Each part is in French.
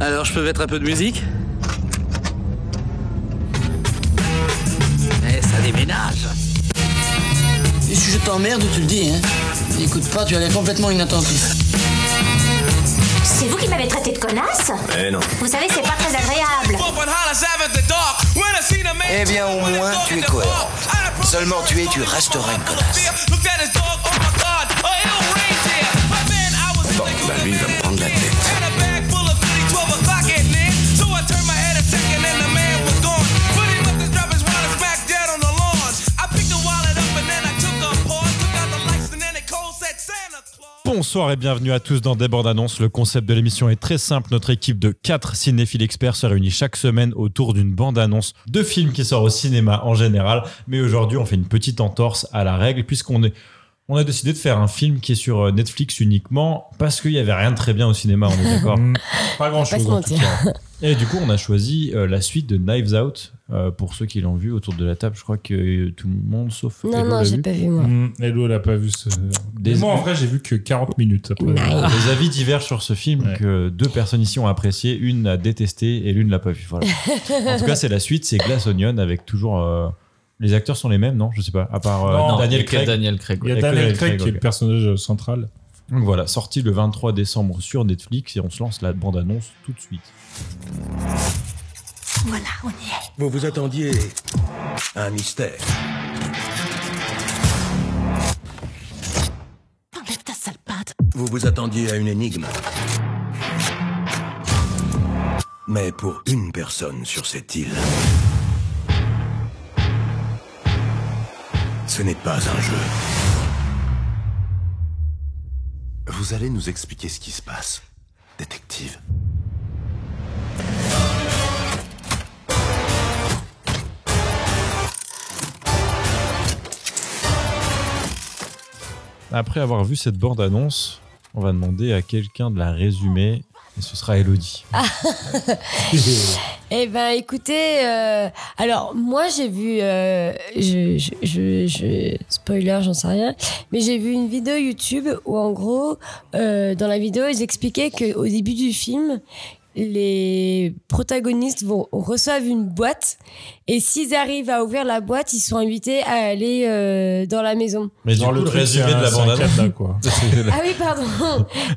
Alors je peux mettre un peu de musique Eh, ça déménage Et si je t'emmerde, tu le dis, hein. Écoute pas, tu as l'air complètement inattentif. C'est vous qui m'avez traité de connasse Eh non. Vous savez, c'est pas très agréable. Eh bien, au moins, tu es cohérent. Seulement tu es, tu resteras une connasse. Oh, Bon, bah lui, il va me prendre la tête. Bonsoir et bienvenue à tous dans Des bandes annonces. Le concept de l'émission est très simple. Notre équipe de 4 cinéphiles experts se réunit chaque semaine autour d'une bande annonce de films qui sort au cinéma en général. Mais aujourd'hui, on fait une petite entorse à la règle puisqu'on est. On a décidé de faire un film qui est sur euh, Netflix uniquement parce qu'il n'y avait rien de très bien au cinéma, on est d'accord Pas grand chose se en tout mentir. cas. Et du coup, on a choisi euh, la suite de Knives Out. Euh, pour ceux qui l'ont vu autour de la table, je crois que euh, tout le monde, sauf Non, Hello, non, l'a Mm. j'ai vu. pas vu moi. Mmh, Hello, elle a pas vu ce. Des- Moi, en vrai, j'ai vu que 40 minutes après. Les avis divergent sur ce film Ah. Ouais. que deux personnes ici ont apprécié, une a détesté et l'une l'a pas vu. Voilà. en tout cas, c'est la suite, c'est Glass Onion avec toujours euh, les acteurs sont les mêmes, non Je sais pas. À part euh, Non, Daniel Lequel Craig. Daniel Craig. Il y a Avec Daniel Daniel Craig qui Craig, est le ok. personnage euh, central. Donc voilà, sorti le 23 décembre sur Netflix et on se lance la bande annonce tout de suite. Voilà, on y est. Vous vous attendiez à un mystère. Enlève ta sale patte. Vous vous attendiez à une énigme. Mais pour une personne sur cette île. Ce n'est pas un jeu. Vous allez nous expliquer ce qui se passe, détective. Après avoir vu cette bande annonce, on va demander à quelqu'un de la résumer et ce sera Elodie. Ah. Eh ben, écoutez, euh, alors moi j'ai vu, euh, je, je, je, je- spoiler, j'en sais rien, mais j'ai vu une vidéo YouTube où en gros, euh, dans la vidéo, ils expliquaient qu'au début du film, les protagonistes vont reçoivent une boîte et s'ils arrivent à ouvrir la boîte, ils sont invités à aller euh, dans la maison. Mais du Genre, coup, le truc, résumé c'est un- de la c'est un bande annonce. cadenas, quoi. Ah oui, pardon.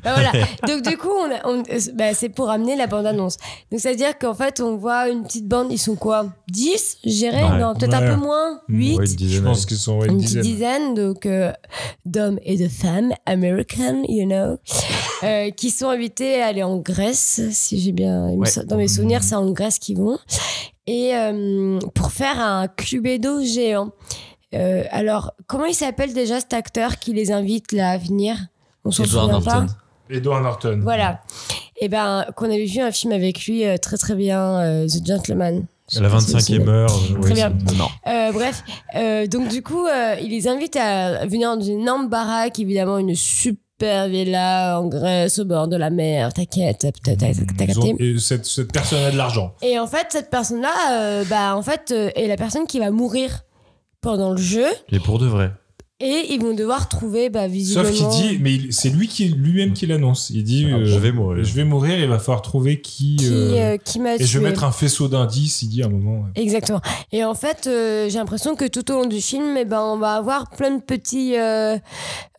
Ben voilà. Donc du coup, on a- on- euh, bah, c'est pour amener la bande-annonce. Donc ça veut dire qu'en fait, on voit une petite bande. Ils sont quoi 10, je dirais Ouais. Non, peut-être un Ouais. peu moins. 8 Ouais, une dizaine. Je pense qu'ils sont ouais, une une petite dizaine. dizaine donc euh, d'hommes et de femmes American you know euh, qui sont invités à aller en Grèce si j'ai bien il me Ouais. sou- dans mes souvenirs c'est en Grèce qu'ils vont et euh, pour faire un clubedo géant Euh, alors comment il s'appelle déjà cet acteur qui les invite là à venir on s'en Edward souvient pas Norton. Edward Norton. voilà et ben qu'on avait vu un film avec lui euh, très très bien euh, The Gentleman Je sais La pas si vous vous 25e souvenez. heure. Très bien. Non. Euh, bref, euh, donc du coup, euh, il les invite à venir dans une énorme baraque, évidemment une super villa en Grèce au bord de la mer. T'inquiète, t'as- t'as t'as- t'as Ils ont- capté. et cette, cette personne a de l'argent. Et en fait, cette personne-là, euh, bah en fait, euh, est la personne qui va mourir pendant le jeu, Et pour de vrai. et ils vont devoir trouver, bah visiblement. Sauf qu'il dit, mais il- c'est lui qui lui-même qui l'annonce. Il dit, euh, Ah, je vais mourir. je vais mourir, il va falloir trouver qui. qui, euh, euh, qui m'a et je vais tué. mettre un faisceau d'indices. Il dit à un moment. ouais. Exactement. Et en fait, euh, j'ai l'impression que tout au long du film, eh ben, on va avoir plein de petits euh,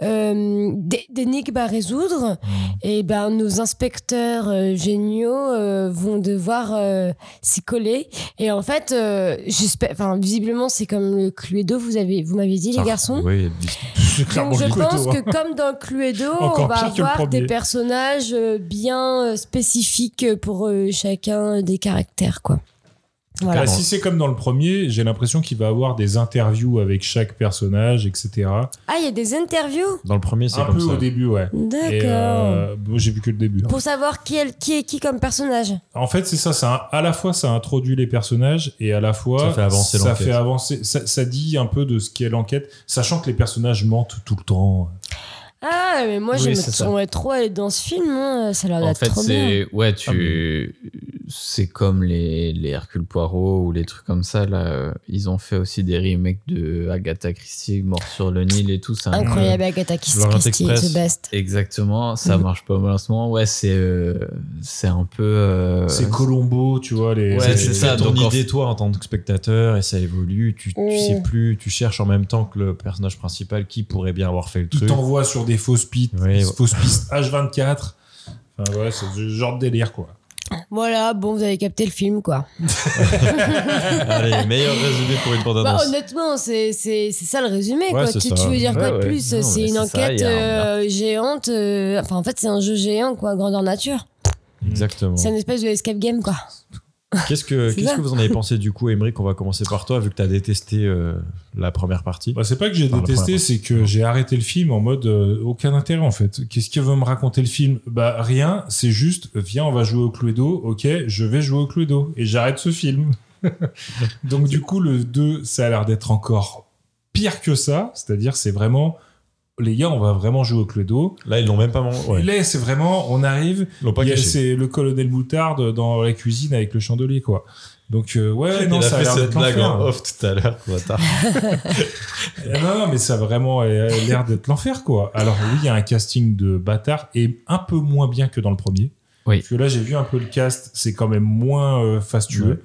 euh, d'é- d'énigmes à Mmh. résoudre. Et ben, nos inspecteurs euh, géniaux euh, vont devoir euh, s'y coller. Et en fait, euh, j'espère. Enfin, visiblement, c'est comme le Cluedo. Vous avez, vous m'avez dit, les garçons. Oui, C'est Donc Ah, clairement je le pense couteau, que hein. comme dans le Cluedo, on Encore va pire que le avoir des premier. personnages euh, bien euh, spécifiques pour euh, chacun des caractères, quoi. Voilà. Bah, si c'est comme dans le premier, j'ai l'impression qu'il va avoir des interviews avec chaque personnage, etc. Ah, il y a des interviews dans le premier, c'est Un comme peu ça. au début, ouais. Et, D'accord. euh, bon, j'ai vu que le début. hein. Pour savoir qui est, qui est qui comme personnage. En fait, c'est ça, ça. À la fois, ça introduit les personnages et à la fois, Ça fait avancer ça l'enquête. fait avancer- ça- ça dit un peu de ce qu'est l'enquête, sachant que les personnages mentent tout le temps. Ah, mais moi, Oui, j'aime c'est ça. j'aimerais trop aller dans ce film. hein. Ça leur a En l'air fait, trop bien. c'est. Ouais, tu. c'est comme les, les Hercule Poirot ou les trucs comme ça. Là, euh, ils ont fait aussi des remakes de Agatha Christie, Mort sur le Nil et tout. C'est un- Incroyable Agatha Laurent Christie, Express. the best. Exactement, ça Mhm. marche pas mal en ce moment. Ouais, c'est euh, c'est un peu. euh, C'est Colombo, tu vois. Les, Ouais, les- c'est ça. ton donc, en idée, fait- toi, en tant que spectateur, et ça évolue. Tu, tu Mm. sais plus, tu cherches en même temps que le personnage principal qui pourrait bien avoir fait le Ils truc. t'envoient sur des fausses pistes, Ouais, ouais. fausses pistes H24. Enfin, ouais, c'est ce genre de délire, quoi. Voilà, bon, vous avez capté le film, quoi. Allez, meilleur résumé pour une bande Bah, annonce. honnêtement, c'est c'est- c'est ça le résumé, Ouais, quoi. c'est Tu, ça. tu veux dire quoi Ouais, de ouais. plus Non, C'est mais c'est une ça, enquête il y a un- euh, géante. euh, Enfin, en fait, c'est un jeu géant, quoi, grandeur nature. Exactement. C'est un espèce de escape game, quoi. Qu'est-ce que, C'est qu'est-ce ça. que vous en avez pensé du coup, Émeric On va commencer par toi, vu que t'as détesté euh, la première partie. Bah, c'est pas que j'ai Par la détesté, première c'est que j'ai arrêté le film en mode euh, aucun intérêt en fait. Qu'est-ce qu'il veut me raconter le film Bah rien, c'est juste viens on va jouer au Cluedo, ok je vais jouer au Cluedo et j'arrête ce film. Donc du coup le 2 ça a l'air d'être encore pire que ça, c'est-à-dire c'est vraiment les gars on va vraiment jouer au Cluedo. Là, ils l'ont même pas. mon- Et Ouais. Là c'est vraiment on arrive, Ils l'ont pas il y a- caché. c'est le colonel Moutarde dans la cuisine avec le chandelier quoi. Donc euh, ouais non il a ça a fait l'air cette d'être blague hein. l'enfer. en off tout à l'heure, bâtard. Euh, Non, non, mais ça a vraiment euh, l'air d'être l'enfer, quoi. Alors oui, il y a un casting de bâtard et un peu moins bien que dans le premier. Oui. Parce que là, j'ai vu un peu le cast, c'est quand même moins euh, fastueux. Ouais.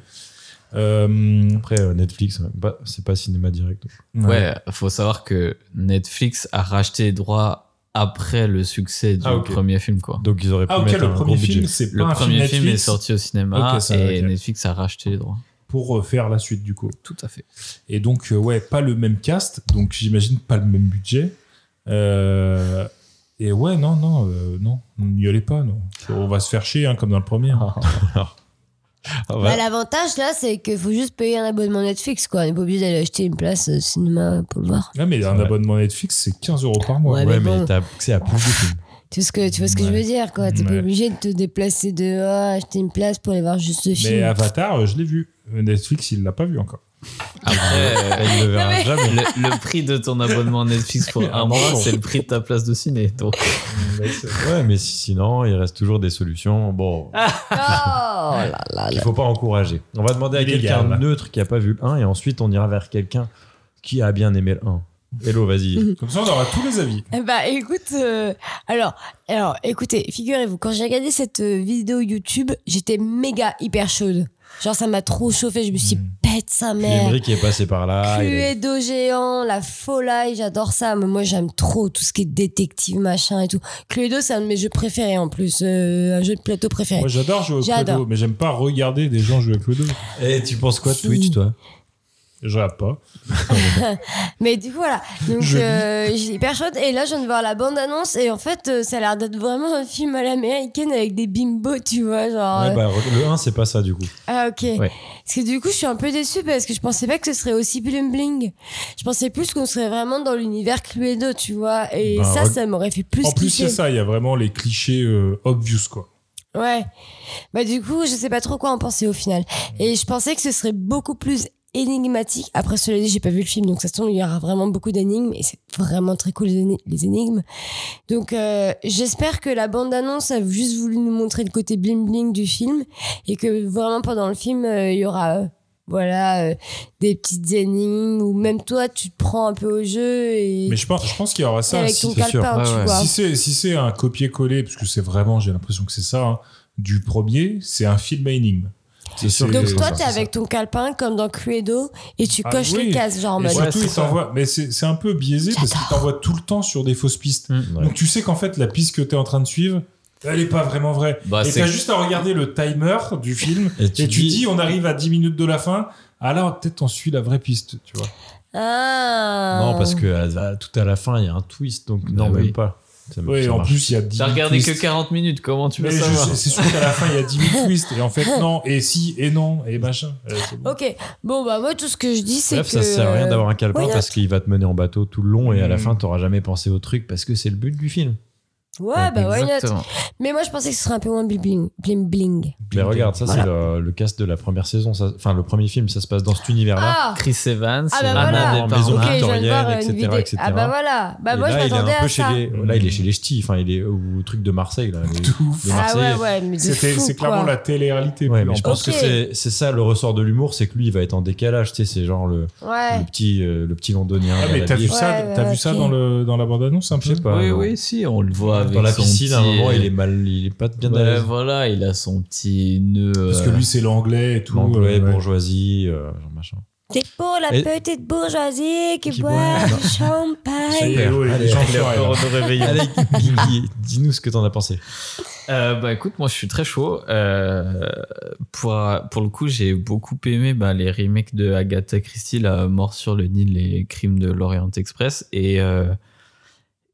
Euh, Après, euh, Netflix, euh, bah, c'est pas cinéma direct. donc. Ouais, faut savoir que Netflix a racheté les droits après le succès du Ah, ok. premier film, quoi. Donc, ils auraient pu Ah ok, mettre le un premier gros budget. film, c'est pas Le un film premier film est Netflix sorti au cinéma Ok, ça, et ok. Netflix a racheté les droits. pour euh, faire la suite du coup. Tout à fait. Et donc euh, ouais, pas le même cast, donc j'imagine pas le même budget. Euh, et ouais, non, non, euh, non, n'y allez pas, non. On va se faire chier, hein, comme dans le premier. hein. ah. Ah, Bah, ouais. L'avantage, là, c'est qu'il faut juste payer un abonnement Netflix, quoi. On n'est pas obligé d'aller acheter une place euh, cinéma pour le voir. Ouais, Ah, mais un vrai. abonnement Netflix, c'est 15 euros par mois. Ouais, Ouais, mais mais bon. t'as accès à plus de films. Tu vois ce que, tu vois ce que je veux dire, quoi. T'es pas Ouais. obligé de te déplacer de ah, acheter une place pour aller voir juste le Mais film. Avatar, euh, je l'ai vu. Netflix, il l'a pas vu encore. Après, Il le verra mais- jamais. Ah le, le prix de ton abonnement Netflix pour un mois, c'est le prix de ta place de ciné. Donc, Ouais, mais si- sinon, il reste toujours des solutions. Bon, Ah. Oh là là qu'il là. faut pas encourager. On va demander à Illégal. quelqu'un neutre qui a pas vu le 1 et ensuite on ira vers quelqu'un qui a bien aimé le 1. Hello, vas-y. Comme ça, on aura tous les avis. Eh Bah écoute, euh, alors, alors écoutez, figurez-vous, quand j'ai regardé cette euh, vidéo YouTube, j'étais méga hyper chaude. Genre ça m'a trop chauffé, je me suis dit, Hmm. pète sa mère. Emery qui est passé par ah, là. il est- Cluedo géant, la folaille, j'adore ça. Mais moi, j'aime trop tout ce qui est détective, machin et tout. Cluedo, c'est un de mes jeux préférés en plus, euh, un jeu de plateau préféré. Moi, j'adore jouer au Cluedo, J'adore. mais j'aime pas regarder des gens jouer au Cluedo. Eh, tu penses quoi de Twitch, toi Je regarde pas. Mais du coup, voilà. Donc, Joli. euh, j'étais hyper chaude. Et là, je viens de voir la bande-annonce. Et en fait, euh, ça a l'air d'être vraiment un film à l'américaine avec des bimbos, tu vois. Genre, Ouais, euh, bah, le 1, c'est pas ça du coup. Ah, ok. Ouais. Parce que du coup, je suis un peu déçue parce que je pensais pas que ce serait aussi bling bling. Je pensais plus qu'on serait vraiment dans l'univers Cluedo, tu vois. Et Bah, ça, reg- ça m'aurait fait plus en plus, kiffer. c'est ça, il y a vraiment les clichés euh, obvious, quoi. Ouais. Bah du coup, je sais pas trop quoi en penser au final. Et je pensais que ce serait beaucoup plus énigmatique. Après, cela dit, j'ai pas vu le film, donc ça se trouve, il y aura vraiment beaucoup d'énigmes et c'est vraiment très cool les éni- les énigmes. Donc, euh, j'espère que la bande-annonce a juste voulu nous montrer le côté bling-bling du film et que vraiment pendant le film, euh, il y aura... euh, voilà, euh, des petites énigmes, ou même toi, tu te prends un peu au jeu et Mais je pense, je pense qu'il y aura ça. avec si- ton c'est sûr. calepin, Ouais, tu ouais. vois. Si c'est si c'est un copier-coller, parce que c'est vraiment, j'ai l'impression que c'est ça, hein, du premier, c'est un film à énigme. C'est sûr que Donc c'est toi, ça. t'es avec ton calepin comme dans Cluedo et tu Ah coches oui. les cases, genre en Et mode. surtout, Ouais, il c'est ça. t'envoie- mais c'est c'est un peu biaisé parce qu'il t'envoie tout le temps sur des fausses pistes. Hmm. Ouais. Donc tu sais qu'en fait, la piste que tu es en train de suivre, elle est pas vraiment vraie. bah, et c'est- t'as juste à regarder le timer du film et tu, dis... on arrive à 10 minutes de la fin. Alors peut-être on suit la vraie piste, tu vois. Ah. Non, parce que euh, à- à- tout à la fin, il y a un twist, donc non, Bah même oui. pas. Ça- Oui, ça en marche. plus il y a 10 t'as regardé que twists. 40 minutes. Comment tu veux Mais je savoir sais- c'est sûr qu'à la fin il y a 10 000 twists et en fait non et si et non et machin. Euh, c'est bon. Ok. Bon bah moi tout ce que je dis c'est Bref, que. ça sert à rien d'avoir un calepin voilà. parce qu'il va te mener en bateau tout le long et à la Mm. fin, t'auras jamais pensé au truc parce que c'est le but du film. Ouais, bah why not Exactement. Mais moi, je pensais que ce serait un peu moins bling bling. bling. Mais regarde, ça, c'est le, le cast de la première saison. ça- Enfin, le premier film, ça se passe dans cet univers-là. Ah Chris Evans, Ah bah Anna voilà. de Maison Ok, Parma. je viens de victorienne, voir une etc., vidéo. etc. Ah bah voilà. Bah Et moi, je là, il est un m'attendais peu à chez ça. les, là, il est chez les ch'tis. Enfin, il est au truc de Marseille, là. les- de Ah Marseillais. ouais, ouais, mais de C'était- fou, C'est clairement quoi. la télé-réalité. Ouais, plus mais je en pense Ok. que c'est- c'est ça le ressort de l'humour, c'est que lui, il va être en décalage. Tu sais, c'est genre le, Ouais. le petit, euh, le petit londonien. Ah, mais dans t'as la vu vie. ça, Ouais, t'as ouais, vu ça ok. dans, le, dans la bande-annonce un Je peu sais pas. oui, non. oui, si, on le voit avec Dans la son piscine, à un petit- moment, il est mal, il est pas bien à Ouais, l'aise. voilà, il a son petit nœud. Parce que euh, lui, c'est l'anglais et tout. L'anglais, euh, ouais. bourgeoisie, euh, genre machin. C'est pour la Et- petite bourgeoisie qui, Qui boit boit- du Ça y champagne. est, oh, les Allez, gens allez, sont là. encore Allez, Guigui, dis-nous ce que t'en as pensé. Euh, bah écoute, moi je suis très chaud. Euh, pour, pour le coup, j'ai beaucoup aimé bah, les remakes de Agatha Christie, La mort sur le Nil, Les crimes de l'Orient Express. Et euh,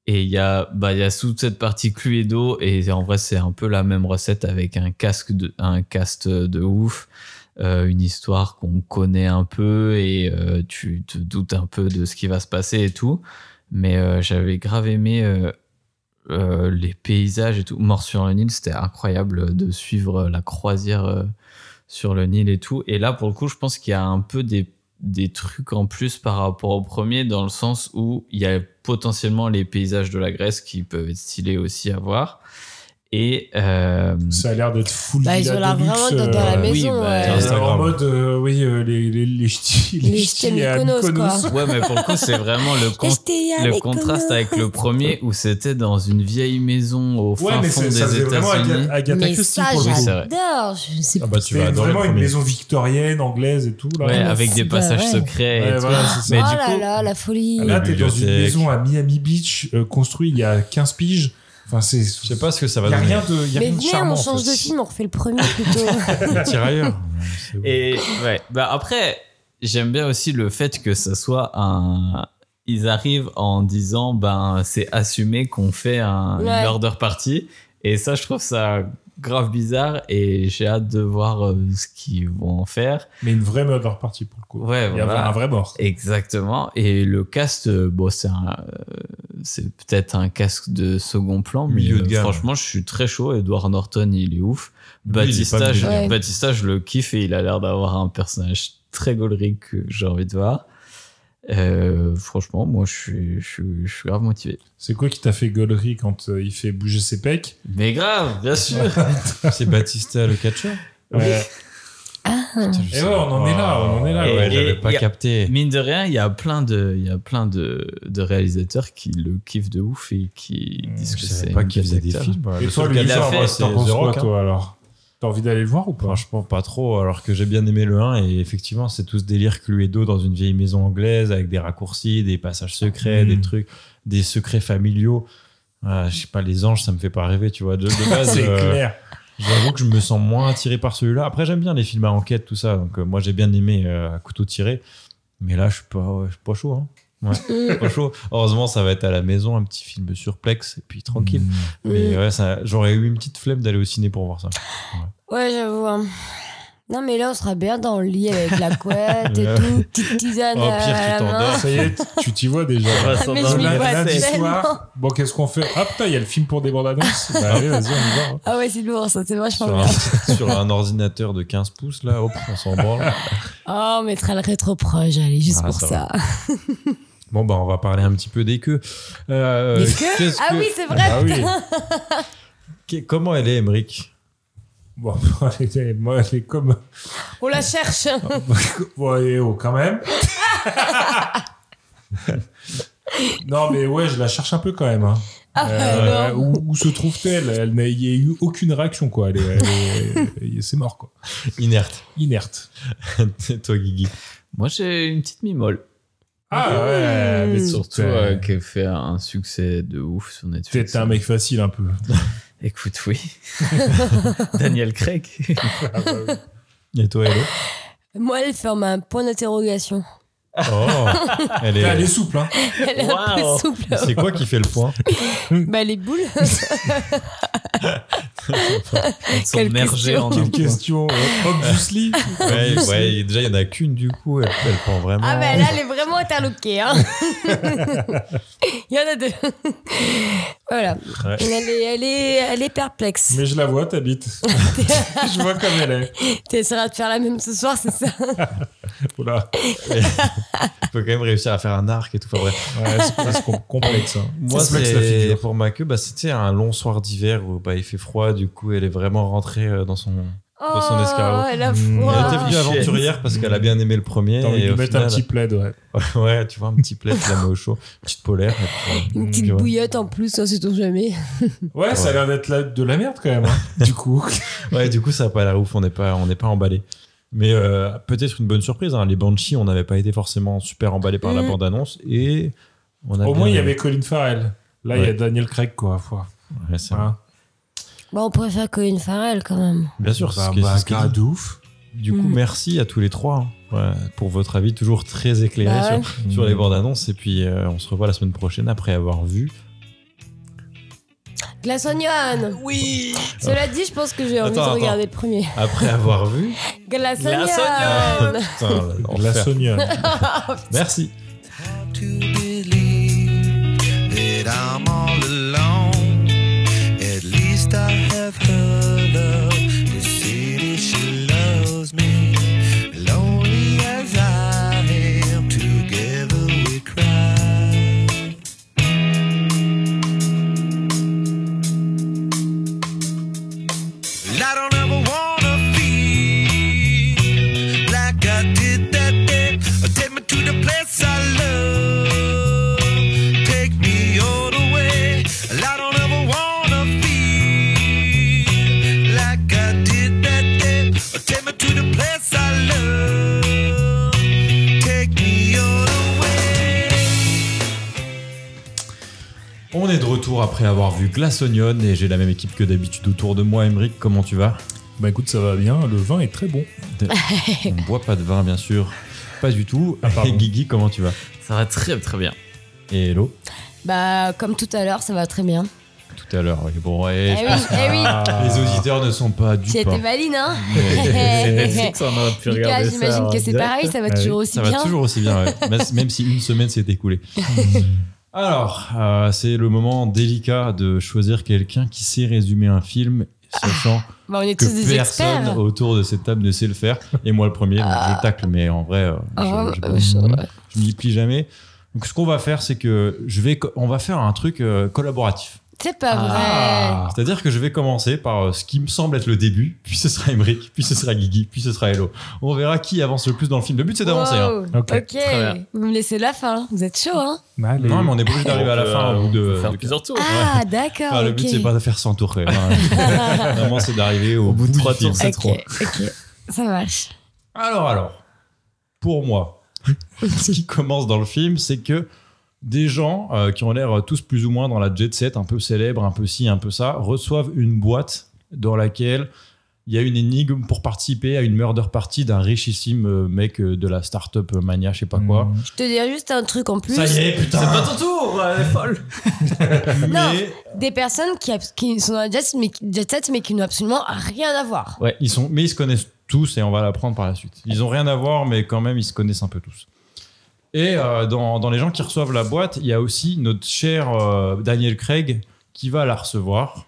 et il y, a- bah, il y a sous cette partie Cluedo, et en vrai c'est un peu la même recette avec un, casque de, un cast de ouf. euh, une histoire qu'on connaît un peu et euh, tu te doutes un peu de ce qui va se passer et tout. Mais euh, j'avais grave aimé euh, euh, les paysages et tout. Mort sur le Nil, c'était incroyable euh, de suivre euh, la croisière euh, sur le Nil et tout. Et là, pour le coup, je pense qu'il y a un peu des, des trucs en plus par rapport au premier, dans le sens où il y a potentiellement les paysages de la Grèce qui peuvent être stylés aussi à voir. Et euh, Ça a l'air d'être full Bah, ils villa ont l'air deluxe, vraiment dans- dans euh, la euh, oui, maison. bah, ouais. dans Euh, Instagram. en mode, euh, oui, euh, les, les, les ch'tis. Les ch'tis à Mykonos, quoi. ouais, mais pour le coup, c'est vraiment le, con- Restez le avec contraste nous. avec le premier où c'était dans une vieille maison au Ouais, fin mais fond c'est- ça des faisait vraiment États-Unis. Aga- Agatha Mais Christie ça, pour le Oui, coup. c'est vrai. j'adore. Je sais Ah bah, tu vas C'était adorer vraiment le une premier. maison victorienne, anglaise et tout. Là, Ouais, mais avec c'est des pas passages vrai. secrets et Ouais, tout. voilà, c'est ça. Mais oh du là coup- là, la folie. Ah, Là, t'es dans une bibliothèque. maison à Miami Beach, euh, construite il y a 15 piges. Enfin, c'est. Je sais pas ce que ça va y a donner. rien de, y a Mais rien de venez, charmant. on en change fait. de film, on refait le premier plutôt. Le tirailleur. Et ouais, bah après, j'aime bien aussi le fait que ça soit un. Ils arrivent en disant, ben, c'est assumé qu'on fait Ah, un Ouais. murder party. Et ça, je trouve ça grave bizarre et j'ai hâte de voir euh, ce qu'ils vont en faire. Mais une vraie murder party pour le coup. Ouais, Il y avait voilà. un vrai mort. Exactement. Et le cast, euh, bon, c'est un, euh, c'est peut-être un casque de second plan, mais Milieu de euh, gamme. franchement, je suis très chaud. Edward Norton, il est ouf. Lui, il est pas Batista, je, milieu de gamme. Batista, je le kiffe et il a l'air d'avoir un personnage très gaulerie que j'ai envie de voir. Euh, franchement, moi, je suis, je, suis, je suis grave motivé. C'est quoi qui t'a fait gaulerie quand euh, il fait bouger ses pecs Mais grave, bien sûr. C'est Batista le catcheur. Ouais. Et ouais, on en est là, on en est là, Et, ouais. j'avais pas Et- capté. Mine de rien, il y a plein de, il y a plein de, de réalisateurs qui le kiffent de ouf et qui disent que Je c'est savais pas un qu'il faisait des acteur. films. Et Le toi, seul lui, qu'il a Lucien, fait, moi, c'est t'en penses The quoi, Rock, hein. toi, alors T'as envie d'aller le voir ou pas Franchement, pas trop, alors que j'ai bien aimé le 1 et effectivement, c'est tout ce délire Cluedo dans une vieille maison anglaise avec des raccourcis, des passages secrets, Mm. des trucs, des secrets familiaux. Ah, je sais pas, les anges, ça me fait pas rêver, tu vois. De, de base, C'est euh, clair. j'avoue que je me sens moins attiré par celui-là. Après, j'aime bien les films à enquête, tout ça. Donc, euh, moi, j'ai bien aimé euh, à Couteau tiré, mais là, je suis pas, ouais, je suis pas chaud. Hein. Mm. Pas chaud. Heureusement, ça va être à la maison, un petit film surplex et puis tranquille. Mm. Hmm. Mais ouais, ça- j'aurais eu une petite flemme d'aller au ciné pour voir ça. Ouais, j'avoue. hein. Non, mais là, on sera bien dans le lit avec la couette et Ouais. tout. Petite tisane Oh, à pire, tu la main. t'endors. Ça y est, t- tu t'y vois déjà. Mais je m'y Lundi- vois lundi tellement. soir, bon, qu'est-ce qu'on fait Ah putain, il y a le film pour des bandes annonces. Bah, allez, vas-y, on y va. Ah ouais, c'est lourd, ça, c'est vachement sur bien. un, sur un ordinateur de 15 pouces, là, hop, on s'en branle. Oh, on mettra le rétro proche, allez, juste Ah, pour ça ça. Bon, bah, on va parler un petit peu des queues. Euh, Des queues qu'est-ce Ah que- oui, c'est vrai. Ah oui. qu'est- Comment elle est, Emmerich Bon, bon, elle est- moi, elle est comme. On la cherche. Euh, Bon, et oh, quand même. non, mais ouais, je la cherche un peu quand même. hein. Ah, Euh, non. où, où se trouve-t-elle Elle n'a il y a eu aucune réaction, quoi. Elle est- elle est- C'est mort, quoi. Inerte. Inerte. Toi, Guigui. Moi, j'ai une petite mimole. Ah ouais, Mmh. Hmm. mais Surtout euh, t'es- qui fait un succès de ouf sur T'es Netflix. t'es un mec facile un peu. Écoute, oui. Daniel Craig. Ah bah oui. Et toi, Hello Moi, elle forme un point d'interrogation. Oh Elle Putain, Elle est est. souple, hein. Elle est un peu Waouh. souple. C'est quoi qui fait le point Bah, les boules. Quelle Submergé en Quelle un point. question. euh, Obviously. Ouais, ouais, déjà, il y en a qu'une, du coup, elle, elle prend vraiment. Ah, bah là, elle est vraiment interloquée. Hein. Il y en a deux. Voilà. Ouais. Elle est, elle est, elle est perplexe. Mais je la vois, ta bite. je vois comme elle est. Tu essaieras de faire la même ce soir, c'est ça Oula. faut quand même réussir à faire un arc et tout. Enfin, bref. Ouais, c'est- c'est com- complexe. hein. Moi, Ça se flexe la c'est figure. pour ma queue, bah, c'était un long soir d'hiver où bah, il fait froid, du coup, elle est vraiment rentrée euh, dans son. Dans son escargot. elle a Mmh. froid. Elle était venue Shit. aventurière parce qu'elle a bien aimé le premier. T'as envie de et lui au mettre un final- euh, petit plaid, ouais. ouais, tu vois, un petit plaid, la mets au chaud, petite polaire. et puis, euh, Une petite tu vois. bouillotte en plus, ça c'est tout jamais. Ouais, ça a l'air d'être la- de la merde quand même, hein, du coup. Ouais, du coup, ça n'a pas l'air ouf, on n'est pas, on n'est pas emballé. Mais euh, peut-être une bonne surprise. hein. Les Banshees, on n'avait pas été forcément super emballé par la Mm. bande-annonce. Et on a Au bien moins, il y aimé. avait Colin Farrell. Là, il y a Daniel Craig, quoi. Faut... Ouais, c'est- Hein. Bon, on préfère Colin Farrell quand même. Bien sûr, c'est bah, ce qui- bah, c'est ce qui gars dit. de ouf. Du coup, Mm. merci à tous les trois hein, ouais, pour votre avis toujours très éclairé Bah sur, sur les bandes annonces. Et puis, euh, on se revoit la semaine prochaine après avoir vu. Glaçonion Oui Cela dit, je pense que j'ai envie Attends, de attends. regarder le premier. Après avoir vu. Glaçonion Putain, La l'enfer. Sonia. Merci. to believe that I'm all alone. At least I have her love to see that she loves me. Lonely as I am, together we cry. And I don't ever wanna feel like I did that day. Or take me to the place I love. Take me all the way. And I don't ever wanna feel like I did that day. Or take me to the place I love. Take me all the way. On est de retour après avoir vu Glass Onion et j'ai la même équipe que d'habitude autour de moi. Emeric, comment tu vas Bah écoute, ça va bien. Le vin est très bon. On ne boit pas de vin, bien sûr. Pas du tout. Ah, pardon. et Guigui, comment tu vas Ça va très très bien. Et Hello, Bah, comme tout à l'heure, ça va très bien. tout à l'heure. oui. Bon, ouais, Eh je oui, pense que eh oui les auditeurs ne sont pas du Tu étais pain. valide, hein C'est Netflix, on aurait pu Lucas, regarder ça. hein. j'imagine en que c'est direct. pareil, ça va Ah oui, toujours aussi hein. Ça va bien. toujours aussi bien, ouais. Même- même si une semaine s'est écoulée. Alors, euh, c'est le moment délicat de choisir quelqu'un qui sait résumer un film, sachant Bah, on est que tous des personne experts. autour de cette table ne sait le faire. Et moi, le premier, donc, je tacle, mais en vrai, euh, je- Ah, je- euh, je- je m'y plie jamais. Donc, ce qu'on va faire, c'est que je vais, co- on va faire un truc euh, collaboratif. C'est pas vrai. Ah. C'est-à-dire que je vais commencer par euh, ce qui me semble être le début, puis ce sera Emmerich, puis ce sera Guigui, puis ce sera Hello. On verra qui avance le plus dans le film. Le but, c'est d'avancer. hein. Wow. Ok. bien. ok, vous me laissez la fin, vous êtes chaud, hein Bah, Allez. Non, mais on est obligé d'arriver à la On peut, fin euh, au bout on de. peut faire de- plusieurs tours. Ah, d'accord. Enfin, le ok. but, c'est pas de faire 100 tours. quand même, hein. Vraiment, c'est d'arriver au, Au bout de du trois film. tours, c'est Ok, trop. ok, ça marche. Alors, alors, pour moi, ce qui commence dans le film, c'est que des gens euh, qui ont l'air tous plus ou moins dans la jet set, un peu célèbre, un peu ci, un peu ça, reçoivent une boîte dans laquelle il y a une énigme pour participer à une murder party d'un richissime euh, mec euh, de la startup mania, je sais pas quoi. Mm. Je te dirais juste un truc en plus. Ça y est, putain, Mmh. C'est pas ton tour, euh, elle est folle. Non. mais Des personnes qui, abs- qui sont dans la jet, set, mais, qui- jet set, mais qui n'ont absolument rien à voir. Ouais, ils sont, mais ils se connaissent tous et on va l'apprendre par la suite. Ils ont rien à voir, mais quand même, ils se connaissent un peu tous. Et euh, dans, dans les gens qui reçoivent la boîte, il y a aussi notre cher euh, Daniel Craig qui va la recevoir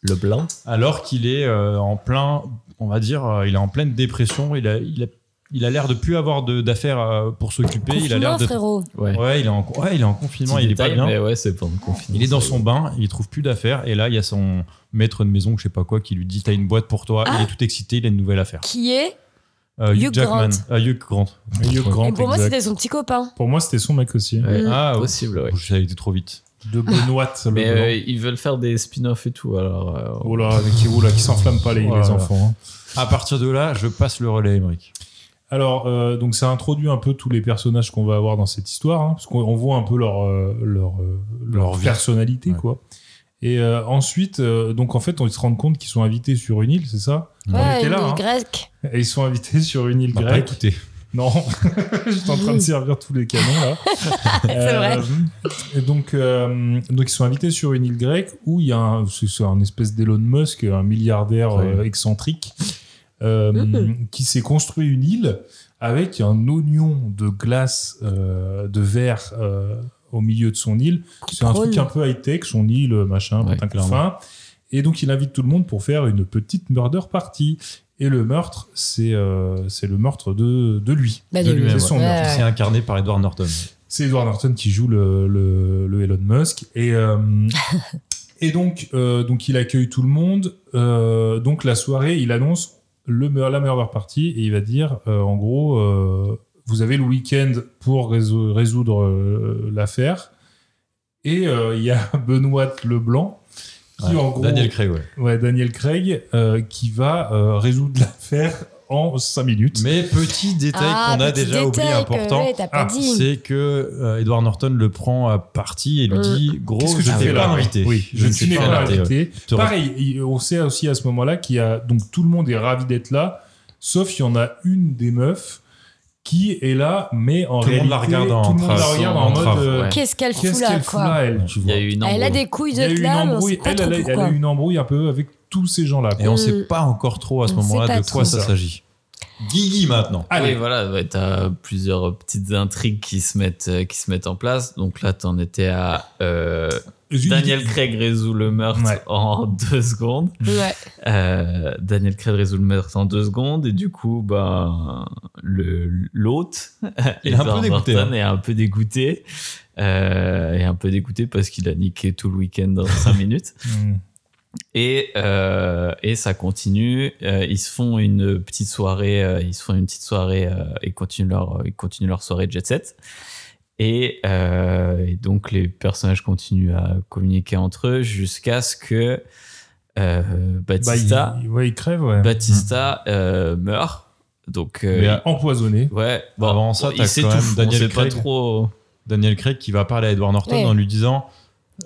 Le blanc. alors qu'il est euh, en plein, on va dire, euh, il est en pleine dépression. Il a, il a, il a l'air de plus avoir de- d'affaires euh, pour s'occuper. Il a Confinement, l'air de, frérot. Ouais. ouais, il est en, ouais, il est en confinement. il est pas bien. Mais ouais, c'est pendant le confinement. Il est dans son bain, il trouve plus d'affaires, et là il y a son maître de maison, je sais pas quoi, qui lui dit t'as une boîte pour toi. Il est tout excité, il a une nouvelle affaire. Qui est Euh, Hugh Hugh Jackman. Grant. Ah, Hugh Grant. Hugh Grant, Et pour moi, exact. c'était son petit copain. Pour moi, c'était son mec aussi. Ouais. Mm. Ah, ouais. Possible, ouais. Ça a été trop vite. De Benoît, le Mais blanc. euh, ils veulent faire des spin-offs et tout, alors. euh, on- Oh là, mais qui, oh là, qui s'enflamme pas les, les Oh là là. enfants. hein. À partir de là, je passe le relais, Emmerich. Alors, euh, donc ça introduit un peu tous les personnages qu'on va avoir dans cette histoire, hein, parce qu'on on voit un peu leur, euh, leur, euh, leur Leur vie. personnalité, Ouais. quoi. Et euh, ensuite, euh, donc en fait, on se rend compte qu'ils sont invités sur une île, c'est ça On Ouais, était une là, hein. grecque. Et ils sont invités sur une île On va Bah, pas grecque. écouté. Non, j'étais en train de servir tous les canons là. C'est vrai. Et donc, euh, donc ils sont invités sur une île grecque où il y a un, c'est- c'est un espèce d'Elon Musk, un milliardaire Ouais. euh, excentrique, euh, Mhm. qui s'est construit une île avec un oignon de glace euh, de verre euh, au milieu de son île. Qui C'est un prône. truc un peu high-tech, son île, machin, Ouais, patin clairement. couffin. Et donc, il invite tout le monde pour faire une petite murder party. Et le meurtre, c'est euh, c'est le meurtre de, de lui. Bah, de de lui. lui-même. C'est son Ouais. meurtre. C'est incarné par Edward Norton. C'est Edward Norton qui joue le, le- le Elon Musk. Et, euh, et donc, euh, donc, il accueille tout le monde. Euh, donc, la soirée, il annonce le, meur- la meilleure partie et il va dire, euh, en gros, euh, vous avez le week-end pour résou- résoudre euh, l'affaire. Et euh, il y a Benoît Leblanc, qui Ouais. en gros... Daniel Craig, ouais. ouais, Daniel Craig, euh, qui va euh, résoudre l'affaire en 5 minutes. Mais petit détail qu'on a Ah, petit déjà oublié détail que, important. ouais, t'as pas Ah, dit. c'est que euh, Edward Norton le prend à partie et lui Euh, dit Gros, Qu'est-ce que je je ne fais t'ai là pas invité. Ah Oui, je, ne suis pas invité. Te re- Pareil, il- on sait aussi à ce moment-là qu'il y a donc tout le monde est ravi d'être là, sauf il y en a une des meufs qui est là, mais en Tout le monde réalité la regarde en tout le monde la trave. regarde en, En mode trave, euh, ouais. Qu'est-ce qu'elle fout qu'est-ce là, qu'elle fout là quoi elle, tu Il y vois. a eu une Elle a embrouille. des couilles Il y de a eu une clame, on sait embrouille, pas elle, trop elle a- elle pourquoi. a eu une embrouille un peu avec tous ces gens-là. quoi. Et on Hmm. sait pas encore trop à ce On sait moment-là pas de quoi trop. ça s'agit. Guigui maintenant. Allez, Allez, Ah voilà, ouais, t'as plusieurs petites intrigues qui se mettent, euh, qui se mettent en place. Donc là, t'en étais à euh, Zut, Daniel Craig résout le meurtre Ouais. en deux secondes. Ouais. Euh, Daniel Craig résout le meurtre en deux secondes et du coup, ben, le l'hôte, Il est un peu Edward dégoûté, Norton, hein. est un peu dégoûté, euh, est un peu dégoûté parce qu'il a niqué tout le week-end en cinq minutes. Hmm. Et, euh, et ça continue. Euh, ils se font une petite soirée. euh, ils se font une petite soirée euh, et continuent leur, ils continuent leur soirée de jet set. Et, euh, et donc les personnages continuent à communiquer entre eux jusqu'à ce que euh, bah, il, Batista, ouais, il crève, ouais. Batista euh, meurt. Donc euh, Il est empoisonné. ouais. Bon, Avant ça, il t'as quand s'étouffe. même On Daniel sait pas Craig. trop. Daniel Craig qui va parler à Edward Norton Ouais. en lui disant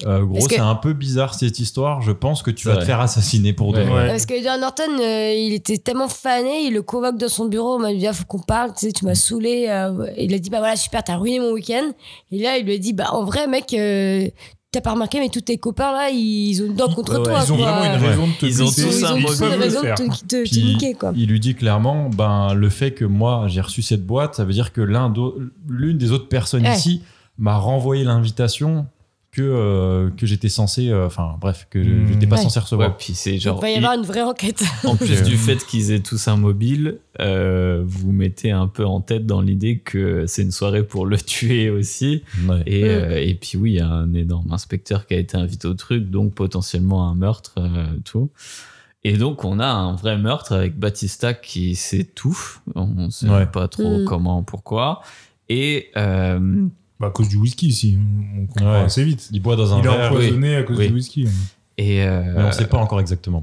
euh, Gros, Parce que- c'est un peu bizarre cette histoire, je pense que tu C'est vas te vrai. faire assassiner pour Ouais. demain. Ouais. Parce que Edward Norton, euh, il était tellement fané, il le convoque dans son bureau, il m'a dit, Ah, faut qu'on parle, tu sais, tu m'as saoulé. euh, il a dit, bah voilà, super, t'as ruiné mon week-end. Et là, il lui a dit, bah en vrai, mec, euh, t'as pas remarqué, mais tous tes copains, là, ils ont une dent contre ouais, toi. Ils ont quoi. vraiment une Ouais. raison de te Ils ont buter. tous Ils un ont ils tous peuvent une le raison faire. de te- te- te Puis, niquer, quoi. Il lui dit clairement, ben, le fait que moi j'ai reçu cette boîte, ça veut dire que l'un d'au- l'une des autres personnes Ouais. ici m'a renvoyé l'invitation que, euh, que j'étais censé, euh, enfin bref, que Hmm. j'étais pas Ouais. censé Ouais, recevoir. puis c'est Il genre. va y il- avoir une vraie enquête. En plus Euh, du fait qu'ils aient tous un mobile, euh, vous mettez un peu en tête dans l'idée que c'est une soirée pour le tuer aussi. Ouais. Et, Ouais. euh, et puis oui, il y a un énorme inspecteur qui a été invité au truc, donc potentiellement un meurtre, euh, tout. Et donc on a un vrai meurtre avec Batista qui s'étouffe. On ne sait Ouais. pas trop Mm. comment, pourquoi. Et euh, Bah, à cause du whisky ici, on comprend Ouais. assez vite. Il boit dans un Il est verre, empoisonné. empoisonné à cause Oui. du whisky. et euh, mais on sait pas encore exactement.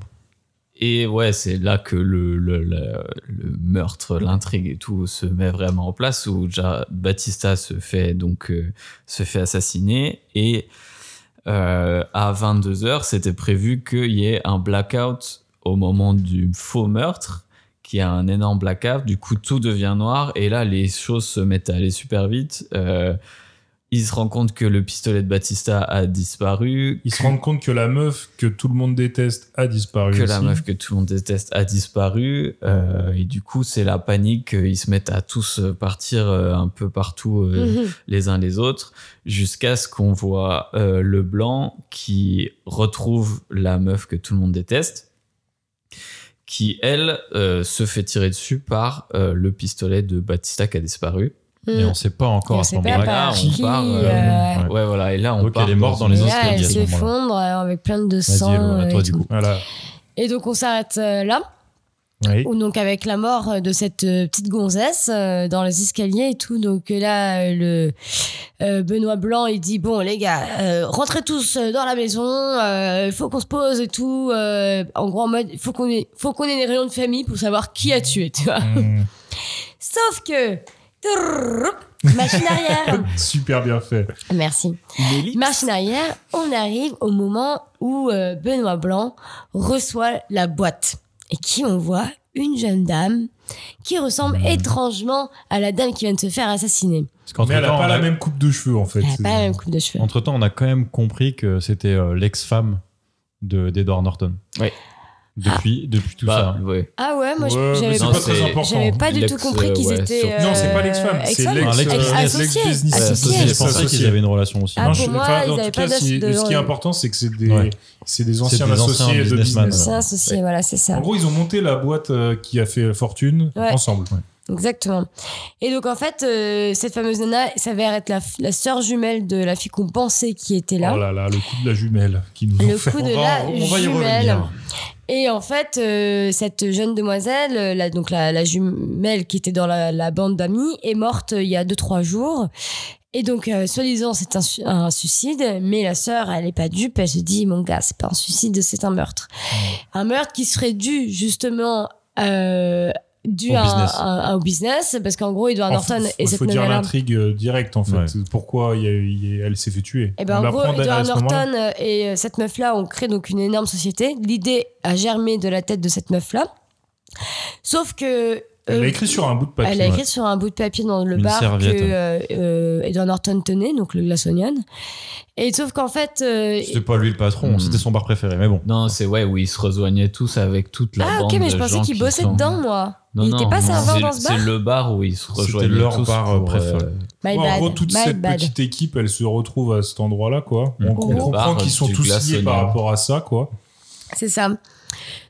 Et ouais, c'est là que le, le, le- le meurtre, l'intrigue et tout se met vraiment en place où déjà Batista se fait donc euh, se fait assassiner et euh, à 22h, c'était prévu qu'il y ait un blackout au moment du faux meurtre, qui a un énorme blackout. Du coup, tout devient noir et là, les choses se mettent à aller super vite. Euh, il se rend compte que le pistolet de Batista a disparu. Ils se que- rendent compte que la meuf que tout le monde déteste a disparu. que aussi. la meuf que tout le monde déteste a disparu euh, et du coup c'est la panique euh, ils se mettent à tous euh, partir euh, un peu partout euh, Mhm. les uns les autres jusqu'à ce qu'on voit euh, le blanc qui retrouve la meuf que tout le monde déteste qui elle euh, se fait tirer dessus par euh, le pistolet de Batista qui a disparu Et Mm. on sait pas encore Et on à ce sait pas moment-là. par qui- qui, part, euh, euh, Ouais. ouais voilà et là on Donc, part elle est morte dans dans les une- et autres là, qui elle disent à ce moment-là. s'effondre euh, avec plein de Vas-y, sang. Elo, à euh, toi et du tout. coup. Voilà. Et donc on s'arrête euh, là. Oui. Ou donc avec la mort de cette euh, petite gonzesse euh, dans les escaliers et tout. Donc euh, là, euh, le euh, Benoît Blanc, il dit bon les gars, euh, rentrez tous euh, dans la maison. euh, Il faut qu'on se pose et tout. euh, en gros en mode, il faut qu'on ait, faut qu'on ait des réunions de famille pour savoir qui a tué, tu vois. Mm. Sauf que Trrrrup, machine arrière. Super bien fait. Merci. Bah, Machine arrière, on arrive au moment où euh, Benoît Blanc reçoit la boîte et qui on voit une jeune dame qui ressemble Hmm. étrangement à la dame qui vient de se faire assassiner. Parce qu'entre Mais elle a temps, pas on a- la même coupe de cheveux en fait. Elle n'a C'est- pas la même coupe de cheveux. Entre-temps, on a quand même compris que c'était euh, l'ex-femme de- d'Edward Norton. Ouais. depuis, depuis tout Bah, ça. ouais. Ah ouais, moi je- Ouais, mais j'avais c'est non, pas, pas, très c'est- important. j'avais pas du L'ex, tout compris qu'ils ouais, étaient. surtout. Non, c'est pas l'ex-femme, euh, c'est ex-femme. l'ex- Ex- euh, associé. l'ex-business. Associé. Associé, je pensais qu'ils avaient une relation aussi. Ah, Non, pour je- moi, enfin, ils en avaient tout cas, pas d'ass- si- de- ce qui est important, c'est que c'est des, Ouais. c'est des anciens des anciens associés de businessmen. business. C'est associé, Ouais. voilà, c'est ça. En gros, ils ont monté la boîte euh, qui a fait fortune Ouais. ensemble. Exactement. Et donc en fait, euh, cette fameuse nana s'avère être la, la sœur jumelle de la fille qu'on pensait qui était là. Oh là là, le coup de la jumelle qui nous Le ont fait. coup On de va- la on va y jumelle. revenir. Et en fait, euh, cette jeune demoiselle, euh, la, donc la, la jumelle qui était dans la, la bande d'amis, est morte euh, il y a 2-3 jours. Et donc, euh, soi-disant, c'est un, su- un suicide, mais la sœur, elle n'est pas dupe, elle se dit, mon gars, c'est pas un suicide, c'est un meurtre. Un meurtre qui serait dû, justement, euh, dû Au à- business. à- à- au business, parce qu'en gros, Edward Enfin, Norton faut- et cette faut dire nana-là... l'intrigue euh, directe en fait. Ouais. Pourquoi il y a eu- il y a- elle s'est fait tuer Et ben On en gros, l'apprend à- à Edward ce moment-là. Norton euh, et euh, cette meuf-là ont créé donc une énorme société. L'idée a germé de la tête de cette meuf-là. Sauf que. euh, Elle l'a écrit sur un bout de papier. elle a écrit sur un bout de papier dans le Une bar serviette, que hein. euh, euh, Edward Norton tenait, donc le Glassonian. Et sauf qu'en fait. euh, C'était pas lui le patron, Hmm. c'était son bar préféré, mais bon. Non, c'est ouais, où ils se rejoignaient tous avec toute la ah bande ok, mais je de pensais gens qu'il qui bossait sont- dedans, moi. Non, Il non, était pas non, serveur c'est- dans ce bar C'est le bar où ils se C'était rejoignaient leur tous bar pour, préféré. euh, My Ouais, en bad. gros, toute my cette bad. petite équipe, elle se retrouve à cet endroit-là, quoi. Mmh. On, on Le comprend bar qu'ils sont du tous liés glaçonnier. par rapport à ça, quoi. C'est ça.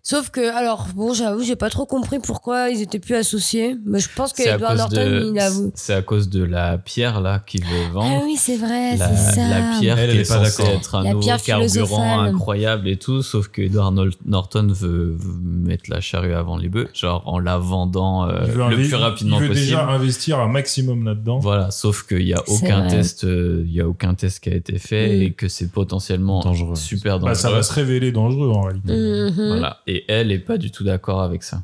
Sauf que, alors, bon, j'avoue, j'ai pas trop compris pourquoi ils étaient plus associés. Mais je pense que C'est à, Edward cause Norton, de, il avoue. c'est à cause de la pierre là qui veut Ah vendre. oui, c'est vrai, la, c'est ça. la pierre Elle, qui elle est est pas censée d'accord. être un La nouveau pierre carburant philosophale. incroyable et tout, sauf que Edward Nol- Norton veut veut mettre la charrue avant les bœufs, genre en la vendant euh, Il veut le invi- plus rapidement Il veut possible. déjà investir un maximum là-dedans. Voilà, sauf qu'il n'y a C'est aucun vrai. test, euh, il y a aucun test qui a été fait Mm. et que c'est potentiellement Dangereux. super dangereux. Bah, ça va se révéler dangereux, en réalité. Mhm. Voilà. Et elle est pas du tout d'accord avec ça.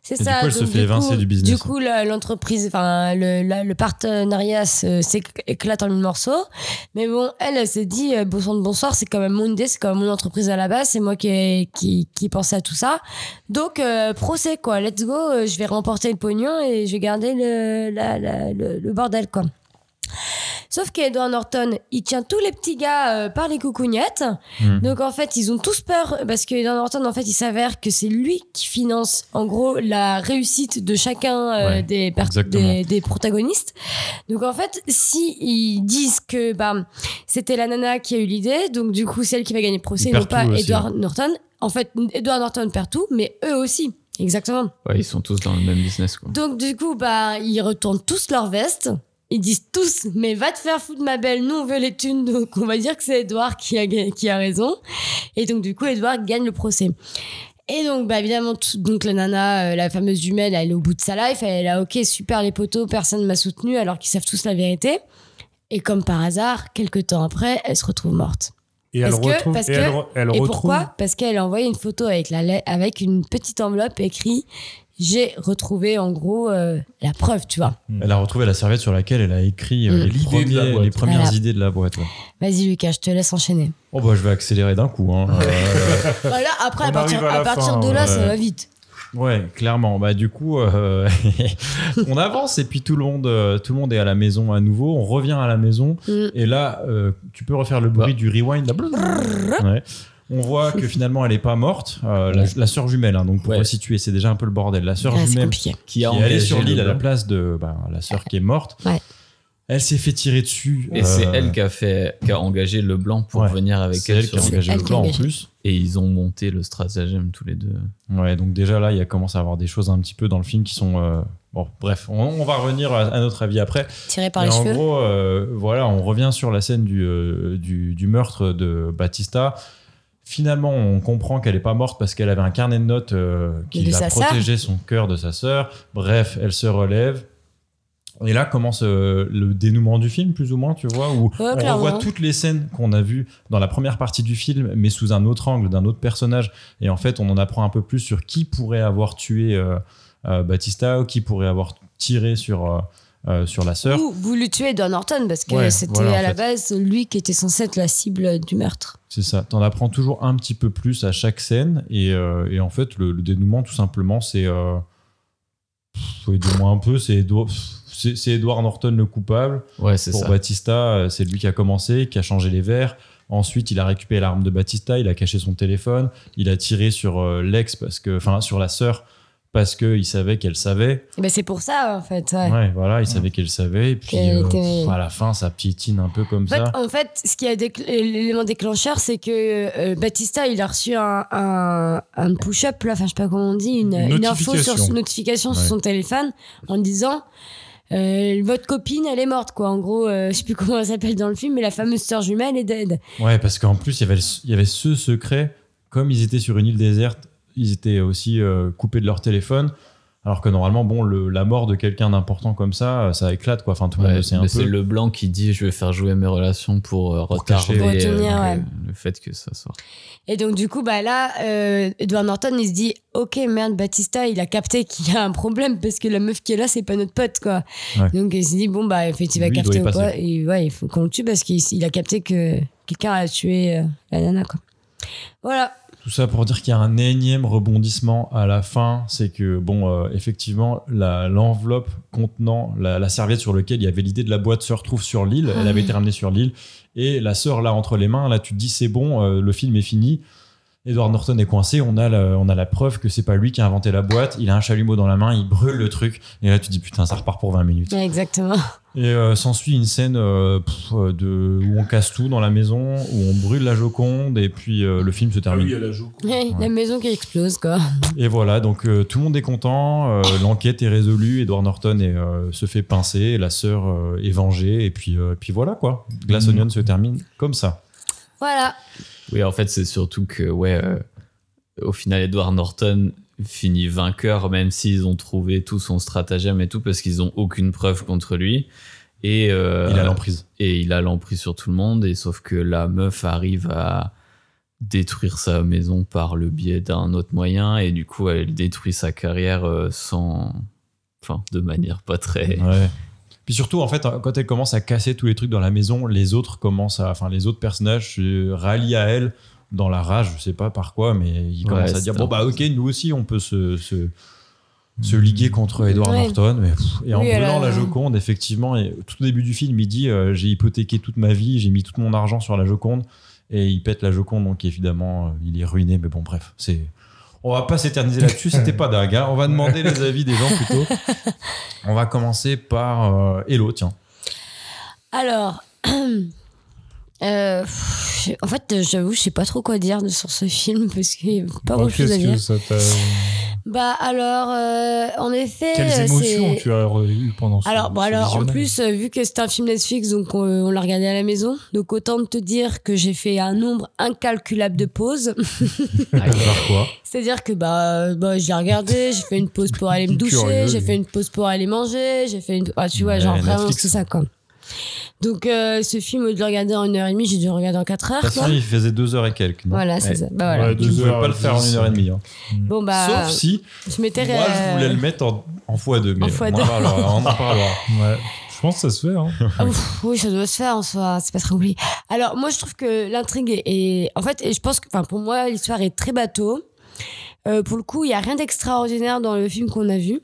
C'est Et ça. du coup, elle se donc, fait évincer coup- du business. Du coup, la- l'entreprise, enfin, le, la- le partenariat se- s'éclate en mille morceaux. Mais bon, elle, elle s'est dit, euh, bon sang de bonsoir, c'est quand même mon idée, c'est quand même mon entreprise à la base, c'est moi qui, ai- qui, qui pensais à tout ça. Donc, euh, procès, quoi. Let's go, euh, je vais remporter le pognon et je vais garder le, la- la- le, le bordel, quoi. Sauf qu'Edward Norton, il tient tous les petits gars euh, par les coucougnettes. Hmm. Donc en fait, ils ont tous peur parce que Edward Norton, en fait, il s'avère que c'est lui qui finance en gros la réussite de chacun euh, Ouais, des, per- exactement. des, des protagonistes. Donc en fait, si ils disent que bah, c'était la nana qui a eu l'idée, donc du coup celle qui va gagner le procès, Ils non perdent pas tout aussi, hein. Edward Norton. En fait, Edward Norton perd tout, mais eux aussi. Exactement. Ouais, ils sont tous dans le même business. Quoi. Donc du coup, bah, ils retournent tous leur veste. Ils disent tous, mais va te faire foutre ma belle, nous on veut les thunes, donc on va dire que c'est Edouard qui a, ga- qui a raison. Et donc du coup, Edouard gagne le procès. Et donc, bah, évidemment, tout- donc la nana, euh, la fameuse jumelle, elle est au bout de sa life, elle est là, ok, super les poteaux, personne m'a soutenu alors qu'ils savent tous la vérité. Et comme par hasard, quelques temps après, elle se retrouve morte. Et Parce elle que- retrouve. parce et elle que- re- elle et retrouve- pourquoi Parce qu'elle a envoyé une photo avec, la, la- avec une petite enveloppe écrit J'ai retrouvé en gros euh, la preuve, tu vois. Elle a retrouvé la serviette sur laquelle elle a écrit euh, les, Mm. L'idée de la premiers- boîte. les premières Voilà. idées de la boîte. ouais. Vas-y Lucas, je te laisse enchaîner. Oh bah je vais accélérer d'un coup. Hein. Euh, Voilà, après, On à partir, arrive à la à partir fin, de là, ouais. ça va vite. Ouais, clairement. Bah du coup, euh, on avance et puis tout le monde, euh, tout le monde est à la maison à nouveau. On revient à la maison Mm. et là, euh, tu peux refaire le bruit Bah. du rewind. là. Ouais. On voit que finalement, elle est pas morte. Euh, la, la sœur jumelle, hein, donc pour Ouais. resituer, c'est déjà un peu le bordel. La sœur Ah, c'est jumelle compliqué. Qui qui a est allée sur engagé l'île à le- la place de bah, la sœur qui est morte. Ouais. Elle s'est fait tirer dessus. Et c'est Euh, elle qui a fait, qui a engagé le blanc pour Ouais. venir avec C'est elle qui a sur- engagé engagé elle le qui a plan en engagé. plus. Et ils ont monté le stratagème tous les deux. Ouais, donc déjà là, il y a commencé à avoir des choses un petit peu dans le film qui sont. euh, Bon, bref, on, on va revenir à, à notre avis après. Tiré par Mais les en cheveux. gros, euh, voilà, on revient sur la scène du, euh, du, du meurtre de Batista. Finalement, on comprend qu'elle n'est pas morte parce qu'elle avait un carnet de notes euh, Et qui de a sa sœur. protégé son cœur de sa sœur. Bref, elle se relève. Et là commence euh, le dénouement du film, plus ou moins, tu vois, où Ouais, on clairement. revoit toutes les scènes qu'on a vues dans la première partie du film, mais sous un autre angle, d'un autre personnage. Et en fait, on en apprend un peu plus sur qui pourrait avoir tué euh, euh, Batista ou qui pourrait avoir tiré sur, euh, euh, sur la sœur. Ou voulu tuer Edward Norton parce que Ouais, c'était voilà, en à la fait. base lui qui était censé être la cible du meurtre. C'est ça. T'en apprends toujours un petit peu plus à chaque scène. Et, euh, et en fait, le, le dénouement, tout simplement, c'est. Euh, pff, Aidez-moi un peu. C'est Edouard, c'est c'est Edward Norton le coupable. Ouais, c'est Pour ça. Batista, euh, c'est lui qui a commencé, qui a changé les verres. Ensuite, il a récupéré l'arme de Batista, il a caché son téléphone, il a tiré sur euh, l'ex parce que, enfin, sur la sœur parce que il savait qu'elle savait. Eh ben, c'est pour ça, en fait. ouais. Ouais, voilà, il savait qu'elle savait. Et puis, Qu'elle euh, était- pff, à la fin, ça piétine un peu comme En fait, ça. en fait, ce qui a décl- euh, l'élément déclencheur, c'est que euh, Batista, il a reçu un, un- un push-up, là, enfin, je sais pas comment on dit, une, Une une info sur notification. une notification sur Ouais. son téléphone en disant euh, votre copine, elle est morte, quoi. En gros, euh, je sais plus comment elle s'appelle dans le film, mais la fameuse sœur jumelle est dead. Ouais, parce qu'en plus, il y, avait le- il y avait ce secret. Comme ils étaient sur une île déserte, ils étaient aussi euh, coupés de leur téléphone. Alors que normalement, bon, le- la mort de quelqu'un d'important comme ça, euh, ça éclate, quoi. Enfin, tout le monde Ouais, le sait un mais peu. c'est le blanc qui dit je vais faire jouer mes relations pour euh, Pour cacher. retarder Pour retenir, euh, ouais. le, le fait que ça sorte. Et donc, du coup, bah là, euh, Edward Norton, il se dit Ok, merde, Batista, il a capté qu'il y a un problème parce que la meuf qui est là, c'est pas notre pote, quoi. Ouais. Donc, il se dit Bon, bah, en fait, il va Lui, il doit capter y ou quoi. passer. Et ouais, il faut qu'on le tue parce qu'il il a capté que quelqu'un a tué euh, la nana, quoi. Voilà. Tout ça pour dire qu'il y a un énième rebondissement à la fin, c'est que bon, euh, effectivement, la- l'enveloppe contenant la, la serviette sur laquelle il y avait l'idée de la boîte se retrouve sur l'île. Elle avait été ramenée sur l'île et la sœur là entre les mains. Là, tu te dis c'est bon, euh, le film est fini. Edward Norton est coincé. On a la, on a la preuve que c'est pas lui qui a inventé la boîte. Il a un chalumeau dans la main, il brûle le truc et là tu te dis putain, ça repart pour 20 minutes. Ouais, exactement. Et euh, s'ensuit une scène euh, pff, euh, de où on casse tout dans la maison, où on brûle la Joconde et puis euh, le film se Ah termine. oui, elle a joué. La maison qui explose, quoi. Et voilà, donc euh, tout le monde est content, euh, l'enquête est résolue, Edward Norton est, euh, se fait pincer, la sœur euh, est vengée, et puis, euh, et puis voilà quoi. Glass Mhm. Onion se termine comme ça. Voilà. Oui, en fait, c'est surtout que, ouais, euh, au final, Edward Norton finit vainqueur, même s'ils ont trouvé tout son stratagème et tout, parce qu'ils ont aucune preuve contre lui. Et, euh, Il a l'emprise. et il a l'emprise sur tout le monde, et sauf que la meuf arrive à détruire sa maison par le biais d'un autre moyen, et du coup, elle détruit sa carrière euh, sans. Enfin, de manière pas très. Ouais. Puis surtout, en fait, euh, quand elle commence à casser tous les trucs dans la maison, les autres commencent à, enfin, les autres personnages se rallient à elle dans la rage, je sais pas par quoi, mais ils Ouais, commencent à c'est Mm. dire un bon peu bah ok, nous aussi on peut se, se, se liguer contre Edward Ouais. Norton. mais pff, et en Oui, brûlant alors- la Joconde, effectivement, et tout au début du film, il dit euh, j'ai hypothéqué toute ma vie, j'ai mis tout mon argent sur la Joconde, et il pète la Joconde, donc évidemment euh, il est ruiné. Mais bon, bref, c'est on va pas s'éterniser là-dessus, c'était pas dingue. hein. On va demander les avis des gens plutôt. On va commencer par euh, Hello, tiens. Ah, Alors, euh, pff, j'ai- en fait, euh, j'avoue, je sais pas trop quoi dire de- sur ce film parce qu'il n'y a pas grand chose à Oh, Qu'est-ce dire. que ça t'a- Bah alors, euh, en effet, euh, Quelles émotions c'est- tu as eues pendant ce alors, bon, ce alors en visionnage plus, euh, vu que c'est un film Netflix, donc on, on l'a regardé à la maison, donc autant te dire que j'ai fait un nombre incalculable de pauses. Par quoi C'est-à-dire que bah, euh, bah je l'ai regardé, j'ai fait une pause pour aller me doucher, Curieux, j'ai lui. fait une pause pour aller manger, j'ai fait une, ah, tu vois, Ouais, genre vraiment Netflix. c'est ça quoi. Donc euh, ce film, au lieu de le regarder en une heure et demie, j'ai dû le regarder en quatre De heures. toute façon, quoi. il faisait deux heures et quelques. non Voilà, c'est Ouais. ça. Bah voilà. Ouais, Tu Deux pouvais heures pas le faire en dix. une heure et demie. hein. Bon bah, Sauf si, je m'étais. moi, je voulais euh, le mettre en, en fois deux. Mais en fois on en deux. parlera, on en parlera. Ah. Ouais. Je pense que ça se fait. Hein. Ouf, oui, ça doit se faire en soi, c'est pas très compliqué. Alors, moi, je trouve que l'intrigue est, est- En fait, et je pense que. Enfin, pour moi, l'histoire est très bateau. Euh, pour le coup, il n'y a rien d'extraordinaire dans le film qu'on a vu.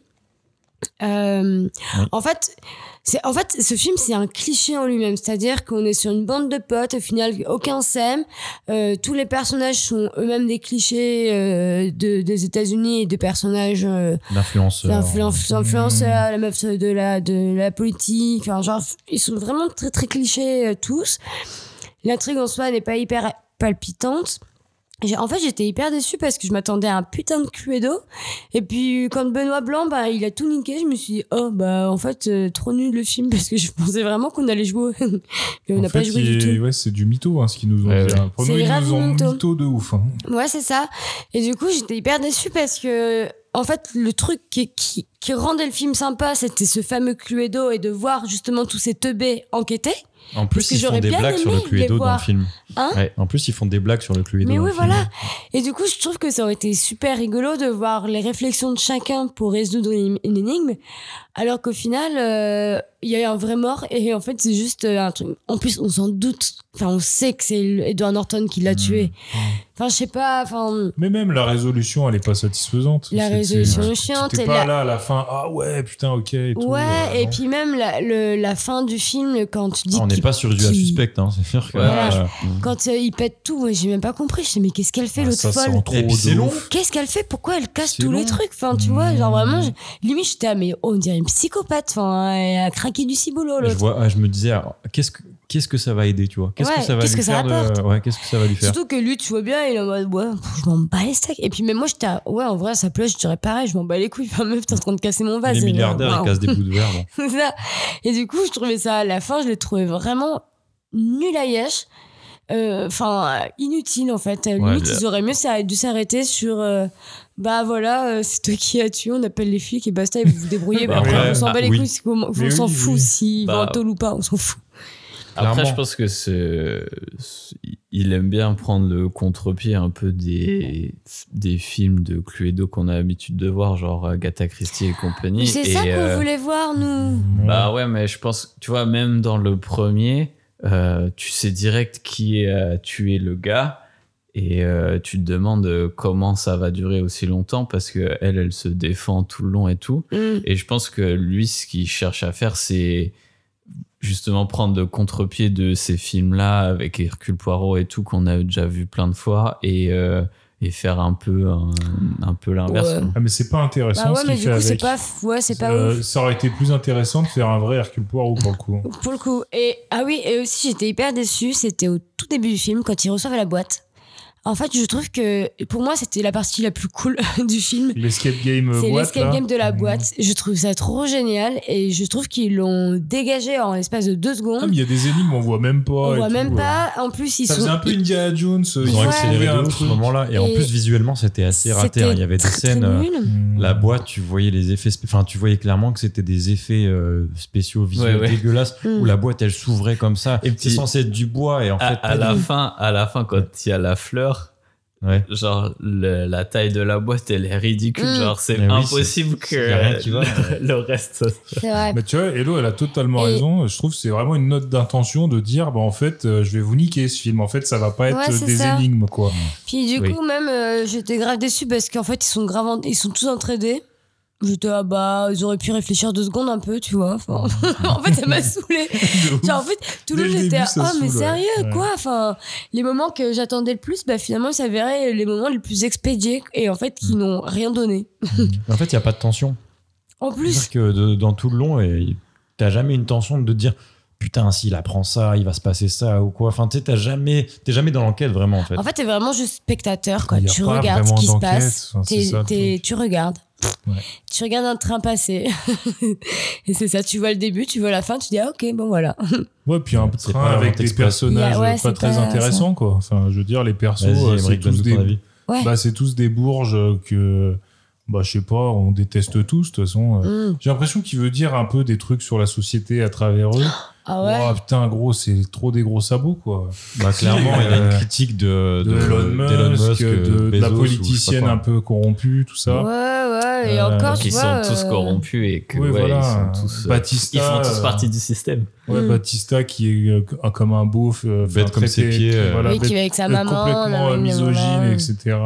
Euh, En fait, c'est en fait ce film c'est un cliché en lui-même, c'est-à-dire qu'on est sur une bande de potes, au final aucun s'aime, euh, tous les personnages sont eux-mêmes des clichés euh, de- des États-Unis et des personnages euh, L'influenceur. euh, L'influence- Hmm. L'influenceur, euh, la meuf de la, de la politique, enfin, genre, ils sont vraiment très très clichés euh, tous. L'intrigue en soi n'est pas hyper palpitante. J'ai- En fait, j'étais hyper déçue parce que je m'attendais à un putain de cluedo. Et puis, quand Benoît Blanc, bah, il a tout niqué, je me suis dit, oh, bah, en fait, euh, trop nul le film parce que je pensais vraiment qu'on allait jouer. Mais on En n'a pas fait, joué il- du tout. Ouais, c'est du mytho hein, ce qu'ils nous ont Ouais, dit. ouais. hein. Pour C'est nous, ils grave nous ont mytho. mytho de ouf. hein. Ouais, c'est ça. Et du coup, j'étais hyper déçue parce que, en fait, le truc qui, qui, qui rendait le film sympa, c'était ce fameux Cluedo et de voir justement tous ces teubés enquêter. En Parce plus, que ils font j'aurais des bien blagues sur le aimé les Cluedo dans le voir. film. Hein Ouais. En plus, ils font des blagues sur le Cluedo. Mais dans oui, le film. Ah, voilà. Et du coup, je trouve que ça aurait été super rigolo de voir les réflexions de chacun pour résoudre une, une énigme, alors qu'au final, euh, il y a eu un vrai mort et en fait, c'est juste euh, un truc. En plus, on s'en doute. Enfin, on sait que c'est le- Edward Norton qui l'a tué. Enfin, je sais pas. Enfin, Mais même la résolution, elle est pas satisfaisante. La C'est- résolution c'est- est chiante, T'es et pas la- là à la fin. Ah ouais, putain, ok. Et tout, ouais. euh, et non. puis même la, le- la fin du film, quand tu dis Ah, On n'est qui- pas sur du à qui- suspect, hein, c'est sûr que. Ouais, euh, Quand euh, il pète tout, moi j'ai même pas compris. Je sais mais qu'est-ce qu'elle fait Ah, l'autre ça sent folle trop Et puis c'est de long. ouf. Qu'est-ce qu'elle fait Pourquoi elle casse C'est tous les long. Mmh. trucs Enfin, tu vois, genre vraiment, je- limite j'étais ah, mais on dirait une psychopathe. Enfin, elle a craqué du ciboulot Je l'autre. vois, ah, je me disais, alors, qu'est-ce que qu'est-ce que ça va aider, tu vois Qu'est-ce Ouais, que ça va qu'est-ce lui que ça faire de... apporte Ouais, qu'est-ce que ça va lui faire Surtout que lui, tu vois bien, il est en mode, ouais, pff, je m'en bats les steaks. Et puis, même moi, j'étais, à- ouais, en vrai, à sa place, je dirais pareil, je m'en bats les couilles. Enfin, meuf, t'es en train de casser mon vase. Les milliardaires, Waouh. ils cassent des bouts de verre. bon. C'est ça. Et du coup, je trouvais ça à la fin, je le trouvais vraiment nul à yesh. Euh, Enfin, inutile en fait. Euh, Ouais, Limite, là- ils auraient mieux s'arr- dû s'arrêter sur euh, bah voilà, euh, c'est toi qui as tué, on appelle les flics et basta, et vous vous débrouillez. Bah Enfin, ouais. on s'en bat Ah, les oui. couilles, c'est comment- Mais on s'en oui, fout oui. s'il Bah, va en taule ou pas, on s'en fout. Après, Clairement. je pense que ce, ce- il aime bien prendre le contre-pied un peu des, des films de Cluedo qu'on a l'habitude de voir, genre Agatha Christie et compagnie. C'est Et, ça qu'on euh, voulait voir, nous. Bah ouais, mais je pense, tu vois, même dans le premier, euh, tu sais direct qui a tué le gars et euh, tu te demandes euh, comment ça va durer aussi longtemps parce que elle, elle se défend tout le long et tout. Mm. Et je pense que lui, ce qu'il cherche à faire, c'est justement prendre le contre-pied de ces films-là avec Hercule Poirot et tout qu'on a déjà vu plein de fois et, euh, et faire un peu un, un peu l'inverse. Ouais. quoi. Ah, mais c'est pas intéressant Bah ouais, ce mais qu'il du fait coup, c'est avec. pas, f- ouais, c'est pas Euh, ouf. Ça aurait été plus intéressant de faire un vrai Hercule Poirot pour le coup. hein. Pour le coup. Et ah oui, et aussi j'étais hyper déçue, c'était au tout début du film quand ils reçoivent la boîte. En fait, je trouve que pour moi, c'était la partie la plus cool du film. L'escape game euh, C'est boîte. là. l'escape game de la boîte. Je trouve ça trop génial et je trouve qu'ils l'ont dégagé en l'espace de deux Ah, mais secondes. Il y a des énigmes, on voit même pas. On et voit tout, même ouais. pas. En plus, ils Ça sont. faisait un peu Indiana Jones. euh, Ils ont Ouais. accéléré de un ouf ce truc. moment-là. Et, en Et- plus, visuellement, c'était assez raté. c'était hein. Il y avait des très, très scènes. euh, nul. Mmh. La boîte, tu voyais les effets, spé- enfin tu voyais clairement que c'était des effets euh, spéciaux visuels Ouais, ouais. dégueulasses Mm. où la boîte elle s'ouvrait comme ça. Et Et puis- c'est censé être du bois et en à, fait à pas la du- fin, à la fin, quand il y a la fleur, Ouais. genre le- la taille de la boîte, elle est ridicule. Mm. Genre c'est Mais oui, impossible c'est- y a rien que qui va. le, le reste. C'est vrai. Mais tu vois, Hello, elle a totalement Et- raison. Je trouve que c'est vraiment une note d'intention de dire, bah en fait, euh, je vais vous niquer ce film. En fait, ça va pas être Ouais, euh, c'est des ça. énigmes, quoi. Puis du Oui. coup, même, euh, j'étais grave déçue parce qu'en fait, ils sont grave, en- ils sont tous entraînés. J'étais, ah bah, ils auraient pu réfléchir deux secondes un peu, tu vois. Enfin, en fait, ça m'a saoulée. De ouf. Genre, en fait, tout le Dès long, le j'étais, début, ah, ça oh, mais saoule, ouais. sérieux, Ouais. quoi Enfin, les moments que j'attendais le plus, bah, finalement, ils s'avéraient les moments les plus expédiés et en fait, Hmm. qui n'ont rien donné. En fait, il y a pas de tension. Ah, En C'est-à-dire plus, que de- dans tout le long, et t'as jamais une tension de te dire putain s'il apprend ça, il va se passer ça ou quoi. Enfin tu sais, t'as jamais, t'es jamais dans l'enquête vraiment en fait. en fait, t'es vraiment juste spectateur, quoi. Il y a Tu pas regardes ce vraiment qui se d'enquête. passe. Enfin, c'est T'es- ça, le t'es- truc. tu regardes. Ouais. Tu regardes un train passer. et c'est ça, tu vois le début, tu vois la fin, tu dis, ah, ok, bon, voilà. Ouais, puis un C'est train pas avec vraiment des express. personnages Il y a- ouais, euh, pas c'est très pas ça. intéressants, quoi. Enfin, je veux dire, les persos, Vas-y, euh, c'est Émeric, tous, donne-nous des... ton avis. Ouais. bah, c'est tous des bourges euh, que, bah, je sais pas, on déteste tous, de toute façon. euh. Mm. J'ai l'impression qu'il veut dire un peu des trucs sur la société à travers eux. Ah ouais. Oh, putain, gros, c'est trop des gros sabots, quoi. Bah, clairement, il y a une critique de, euh, euh, de, Elon Musk, de, de la politicienne un peu corrompue, tout ça. Ouais, ouais, et Euh, encore, Donc tu ils vois. sont tous euh, corrompus et que Oui, ouais, voilà. ils sont tous. euh, Batista, ils font tous euh, partie du système. Ouais, Mm. Batista qui est euh, c- comme un beauf, euh, Bête enfin, comme ses traité- pieds, euh. voilà, Oui, bête- qui va avec sa euh, maman. complètement nanana, euh, misogyne, nanana. etc.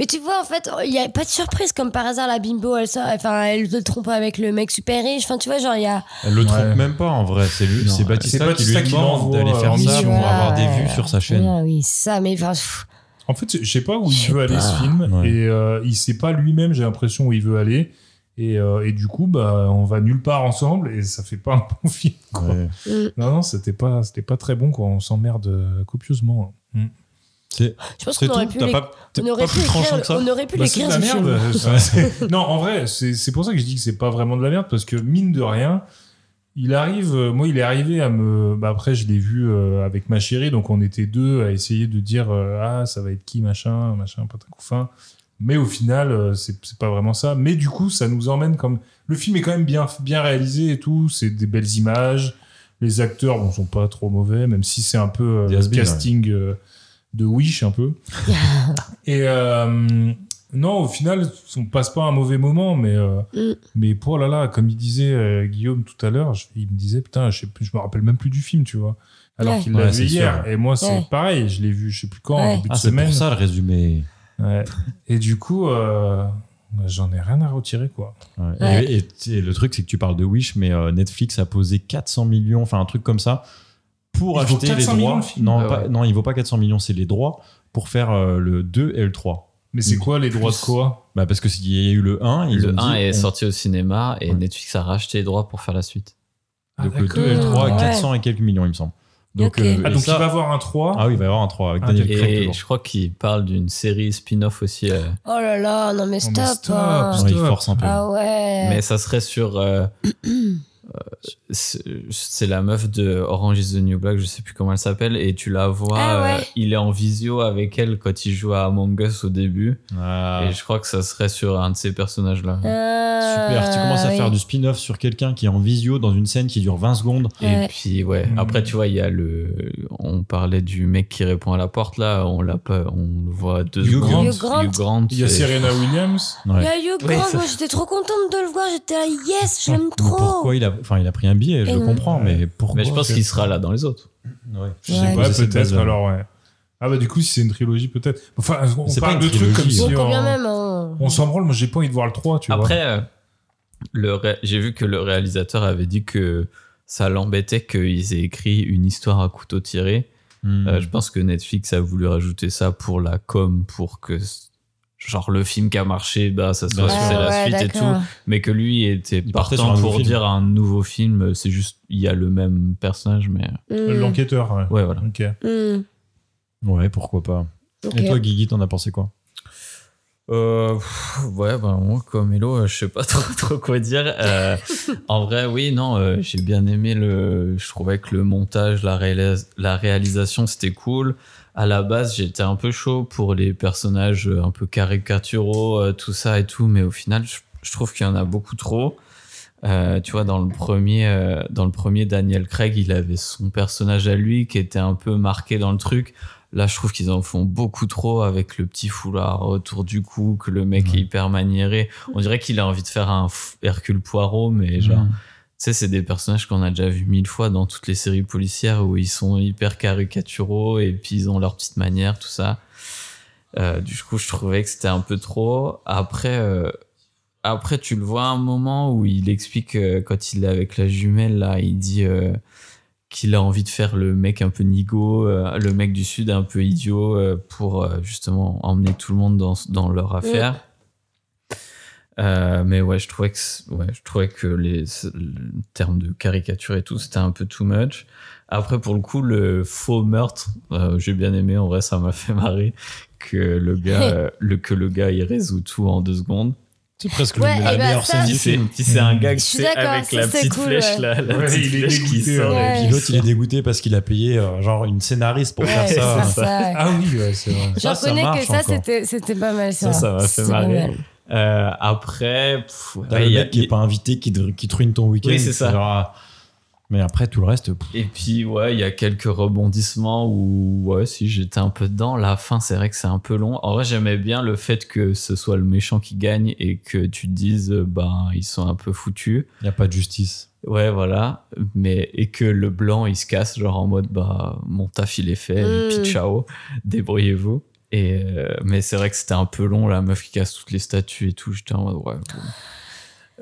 Mais tu vois, en fait, il n'y a pas de surprise. Comme par hasard, la bimbo, elle, sort, enfin, elle se trompe avec le mec super riche. Enfin, tu vois, genre, il y a. Elle le trompe Ouais. même pas en vrai. C'est lui, Non, c'est ouais. Batista, C'est Batista qui qui lui demande l'envoie, d'aller euh, faire en ça mission. pour avoir des Ouais. vues sur sa chaîne. Ouais, oui, ça, mais enfin. pff, En fait, je sais pas où il veut aller ce film ouais. et euh, il sait pas lui-même, j'ai l'impression, où il veut aller. Et, euh, et du coup, bah, on va nulle part ensemble et ça fait pas un bon film. quoi. Ouais. mm. Non, non, c'était pas, c'était pas très bon, quoi. On s'emmerde euh, copieusement. hein. Mm. C'est Je pense c'est qu'on tout. aurait pu. T'as l'é- pas, t'es On aurait, pas pu plus tranchant l'écrire- que ça. Ah, on aurait pu Bah, c'est l'écrire de la ce film. merde. Enfin, c'est- non, en vrai, c'est c'est pour ça que je dis que c'est pas vraiment de la merde parce que mine de rien, il arrive. euh, moi, il est arrivé à me. Bah, après, je l'ai vu euh, avec ma chérie, donc on était deux à essayer de dire euh, ah ça va être qui machin machin patin couffin. Mais au final, euh, c'est c'est pas vraiment ça. Mais du coup, ça nous emmène comme. Le film est quand même bien bien réalisé et tout. C'est des belles images. Les acteurs, bon, sont pas trop mauvais, même si c'est un peu euh, Des le has-been, ouais. casting euh, de Wish un peu. Et euh, non, au final, on passe pas un mauvais moment, mais euh, Mm. mais pour là là, comme il disait euh, Guillaume tout à l'heure, je- il me disait putain, je, sais plus- je me rappelle même plus du film, tu vois, alors Ouais. qu'il Ouais, l'avait c'est hier. sûr. Et moi, c'est Ouais. pareil, je l'ai vu, je sais plus quand, Ouais. en début Ah, de c'est semaine. pour ça le résumé. Ouais. Et du coup, euh, j'en ai rien à retirer quoi. Ouais. Ouais. Et, et- et le truc, c'est que tu parles de Wish, mais euh, Netflix a posé 400 millions, enfin un truc comme ça, pour Il vaut acheter les 400 millions, droits. le film. Non, Ah pas- ouais. non, il vaut pas 400 millions, c'est les droits pour faire euh, le 2 et le 3. Mais c'est quoi les droits de quoi Bah parce que s'il y a eu le 1, ils ont Le 1 dit, est on- sorti au cinéma et Ouais. Netflix a racheté les droits pour faire la suite. Ah, Donc le 2 et le d'accord. 3 Ouais. 400 et quelques millions, il me semble. Donc, Ok. euh, Ah, et donc ça- il va avoir un 3. Ah oui, il va y avoir un 3 avec Ah, Daniel d'accord. Craig Et dedans. je crois qu'il parle d'une série spin-off aussi. euh, Oh là là, non mais Non, stop. mais stop. hein. Ouais, il force un peu. Ah ouais. Mais ça serait sur. euh, euh, c'est c'est la meuf de Orange is the New Black, je sais plus comment elle s'appelle, et tu la vois. Ah ouais. euh, il est en visio avec elle quand il joue à Among Us au début. Ah. Et je crois que ça serait sur un de ces personnages-là. Ah, Super, tu commences à oui. faire du spin-off sur quelqu'un qui est en visio dans une scène qui dure 20 secondes. Et Ouais. puis ouais, Mm. après tu vois, il y a le on parlait du mec qui répond à la porte là, on l'a pas on le voit deux Hugh secondes. Grant. Hugh Grant. Hugh Grant, Il y a c'est- Serena Williams. Ouais. Il y a Hugh Oui, Grant, ça- moi j'étais trop contente de le voir, j'étais là, yes, je Mais l'aime trop. Pourquoi il a, enfin, il a pris un billet, je Et le non. comprends, mais pourquoi Mais je pense que- qu'il sera là dans les autres. Ouais. Je Ouais. sais Ouais, pas, c'est peut-être. bizarre. Alors, ouais. Ah, bah, du coup, si c'est une trilogie, peut-être. Enfin, on C'est pas parle une de trucs comme trilogie, si. Bon, quand bien on- même. hein. On s'en branle, moi j'ai pas envie de voir le 3, tu vois. Après euh, le ré- j'ai vu que le réalisateur avait dit que ça l'embêtait qu'ils aient écrit une histoire à couteau tiré. Hmm. Euh, je pense que Netflix a voulu rajouter ça pour la com pour que c- genre le film qui a marché, bah ça soit Bien c'est sûr. Ah la ouais, suite et d'accord. tout. mais que lui était Il partait sur partant un nouveau pour film. dire un nouveau film. C'est juste, il y a le même personnage, mais Mm, Euh, L'enquêteur, ouais. ouais, voilà. Ok. mm, Ouais, pourquoi pas. ok. Et toi, Guigui, t'en as pensé quoi Euh, pff, ouais, bah, moi, comme Hello, euh, je sais pas trop, trop quoi dire. Euh, en vrai, oui, non, euh, j'ai bien aimé le. Je trouvais que le montage, la, réalis- la réalisation, c'était cool. À la base, j'étais un peu chaud pour les personnages euh, un peu caricaturaux, euh, tout ça et tout, mais au final, je, je trouve qu'il y en a beaucoup trop. Euh, tu vois, dans le premier, euh, dans le premier, Daniel Craig, il avait son personnage à lui qui était un peu marqué dans le truc. Là, je trouve qu'ils en font beaucoup trop avec le petit foulard autour du cou, que le mec Ouais. est hyper maniéré. On dirait qu'il a envie de faire un f- Hercule Poirot, mais genre, Hmm. tu sais, c'est des personnages qu'on a déjà vu mille fois dans toutes les séries policières où ils sont hyper caricaturaux et puis ils ont leur petite manière, tout ça. Euh, du coup, je trouvais que c'était un peu trop. Après, euh, après, tu le vois à un moment où il explique euh, quand il est avec la jumelle là, il dit euh, qu'il a envie de faire le mec un peu nigo, euh, le mec du sud un peu idiot euh, pour euh, justement emmener tout le monde dans, dans leur affaire. Euh, mais ouais, je trouvais que, c- ouais, je trouvais que les, c- le terme de caricature et tout, c'était un peu too much. Après, pour le coup, le faux meurtre, euh, j'ai bien aimé. En vrai, ça m'a fait marrer que le gars, euh, le, que le gars, il résout tout en deux secondes. C'est presque Ouais, le et la bah meilleure scène ça- Puis du c'est, film. puis c'est un gars Je suis qui d'accord, avec ça, la c'était petite cool, flèche, ouais. là, la Ouais, petite il est flèche qui dégoûté, sort. ouais. et Et puis l'autre, il est dégoûté parce qu'il a payé euh, genre une scénariste pour Ouais, faire ça. hein. c'est ça. Ah oui, ouais, c'est vrai. Je Ça, ça reconnais marche que ça, encore. c'était, c'était pas mal. Ça, Ça, ça m'a fait C'était pas marrer. mal. Euh, après, pff, ouais, T'as il le y a- mec qui est pas invité, qui, te- qui te ruine ton week-end. Oui, c'est ça. genre, ah. Mais après, tout le reste, pff, Et puis, ouais, il y a quelques rebondissements où, ouais, si j'étais un peu dedans. La fin, c'est vrai que c'est un peu long. En vrai, j'aimais bien le fait que ce soit le méchant qui gagne et que tu te dises, euh, ben, ils sont un peu foutus. y a pas de justice. Ouais, voilà. Mais, et que le blanc, il se casse, genre en mode, bah, mon taf, il est fait, et Mm. puis ciao, débrouillez-vous. Et, euh, mais c'est vrai que c'était un peu long, la meuf qui casse toutes les statues et tout. J'étais en mode, ouais.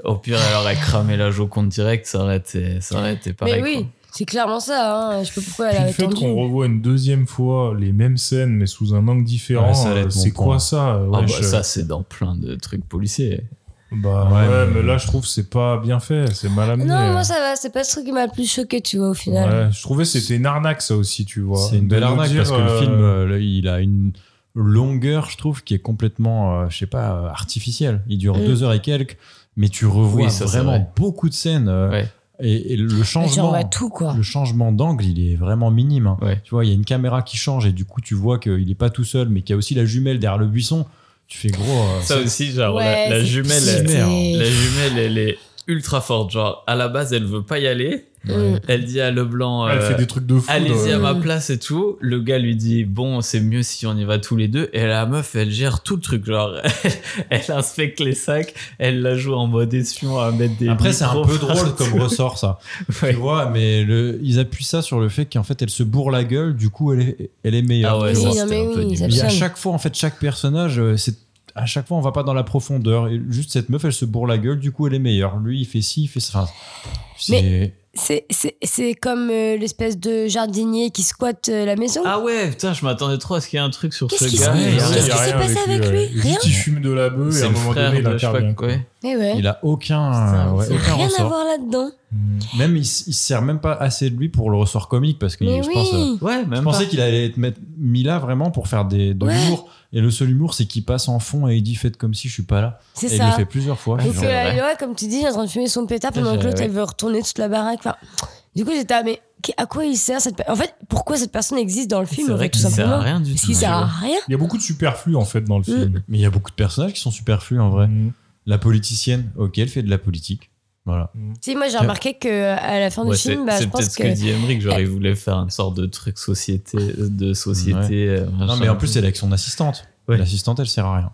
bon. Au pire, elle aurait cramé la Joconde direct, ça aurait été, ça aurait été pareil. Mais oui, quoi. c'est clairement ça. Hein. Je sais pas pourquoi elle Puis a le fait attendu. qu'on revoit une deuxième fois les mêmes scènes, mais sous un angle différent, Ouais, ça allait être euh, mon c'est point. quoi ça Ah ouais, bah, je- Ça, c'est dans plein de trucs policiers. Bah Ouais, ouais, mais- mais là, je trouve que c'est pas bien fait, c'est mal amené. Non, moi ça va, c'est pas ce truc qui m'a le plus choqué, tu vois, au final. hein. Ouais, je trouvais que c'était une arnaque, ça aussi, tu vois. C'est une De belle nous arnaque dire, parce que le euh, film, euh, là, il a une longueur, je trouve, qui est complètement, euh, je sais pas, euh, artificielle. Il dure Mm. deux heures et quelques, mais tu revois Oui, ça, c'est vraiment vrai. beaucoup de scènes. euh, Ouais. et, et le Et tu changement, revois bah, tout, quoi. le changement d'angle, il est vraiment minime. hein. Ouais. Tu vois, il y a une caméra qui change et du coup, tu vois qu'il est pas tout seul, mais qu'il y a aussi la jumelle derrière le buisson. Tu fais gros. euh, Ça aussi, genre, la- Ouais, la, c'est- jumelle, elle, hein. c'était- la jumelle, elle est ultra forte. Genre, à la base, elle veut pas y aller. Mm. Elle dit à Leblanc, Elle euh, fait des trucs de fou. allez-y à là. ma place et tout. Le gars lui dit, bon, c'est mieux si on y va tous les deux. Et la meuf, elle gère tout le truc. Genre, elle inspecte les sacs, elle la joue en mode espion à mettre des. Après, c'est un micros peu drôle partout. comme ressort, ça. Ouais. Tu vois, mais le, ils appuient ça sur le fait qu'en fait, elle se bourre la gueule, du coup, elle est, elle est meilleure. Ah ouais, Oui, ça, non, c'était mais un peu oui, nul. ça- Mais à Absolument. chaque fois, en fait, chaque personnage, euh, c'est à chaque fois, on va pas dans la profondeur. Et juste cette meuf, elle se bourre la gueule, du coup, elle est meilleure. Lui, il fait ci, il fait ça. Enfin, c'est C'est- C'est c'est comme euh, l'espèce de jardinier qui squatte euh, la maison. Ah ouais, putain, je m'attendais trop à ce qu'il y ait un truc sur ce Qu'est-ce qu'il gars. s'est- et il y a qu'est-ce rien. qui s'est passé avec lui ouais. Rien Juste, il fume de la bœuf et à C'est un le moment frère donné, il de je sais pas intervient. quoi. Mais Eh ouais. Il a aucun, Putain, ouais, ça a aucun Rien à ressort. voir là-dedans. Mm. Même il, s- il se sert même pas assez de lui pour le ressort comique parce que Mais je oui. pense. euh, Ouais, même je pensais pas. qu'il allait être mettre mis là vraiment pour faire des, de Ouais. l'humour. Et le seul humour, c'est qu'il passe en fond et il dit faites comme si je suis pas là. C'est Et il le ça. fait plusieurs fois. Donc, Genre, Ouais. euh, ouais, comme tu dis, il est en train de fumer son pétard pendant Ouais, que l'autre, ouais. elle veut retourner toute la baraque. Enfin, du coup, j'étais, ah, mais qui- à quoi il sert cette pe- En fait, pourquoi cette personne existe dans le film C'est en fait, vrai tout qu'il sert à simplement rien du Parce tout. qu'il sert à rien. Il y a beaucoup de superflu en fait dans le film. Mais il y a beaucoup de personnages qui sont superflus en vrai. Mm. La politicienne, ok, elle fait de la politique. Voilà. Tu sais, moi, j'ai remarqué que euh, à la fin Ouais, du c'est film, bah, je c'est pense peut-être ce que. que dit Emmerich, genre il voulait faire une sorte de truc société, de société. euh, Non, machin. mais en plus, elle est avec son assistante. Ouais. L'assistante, elle sert à rien.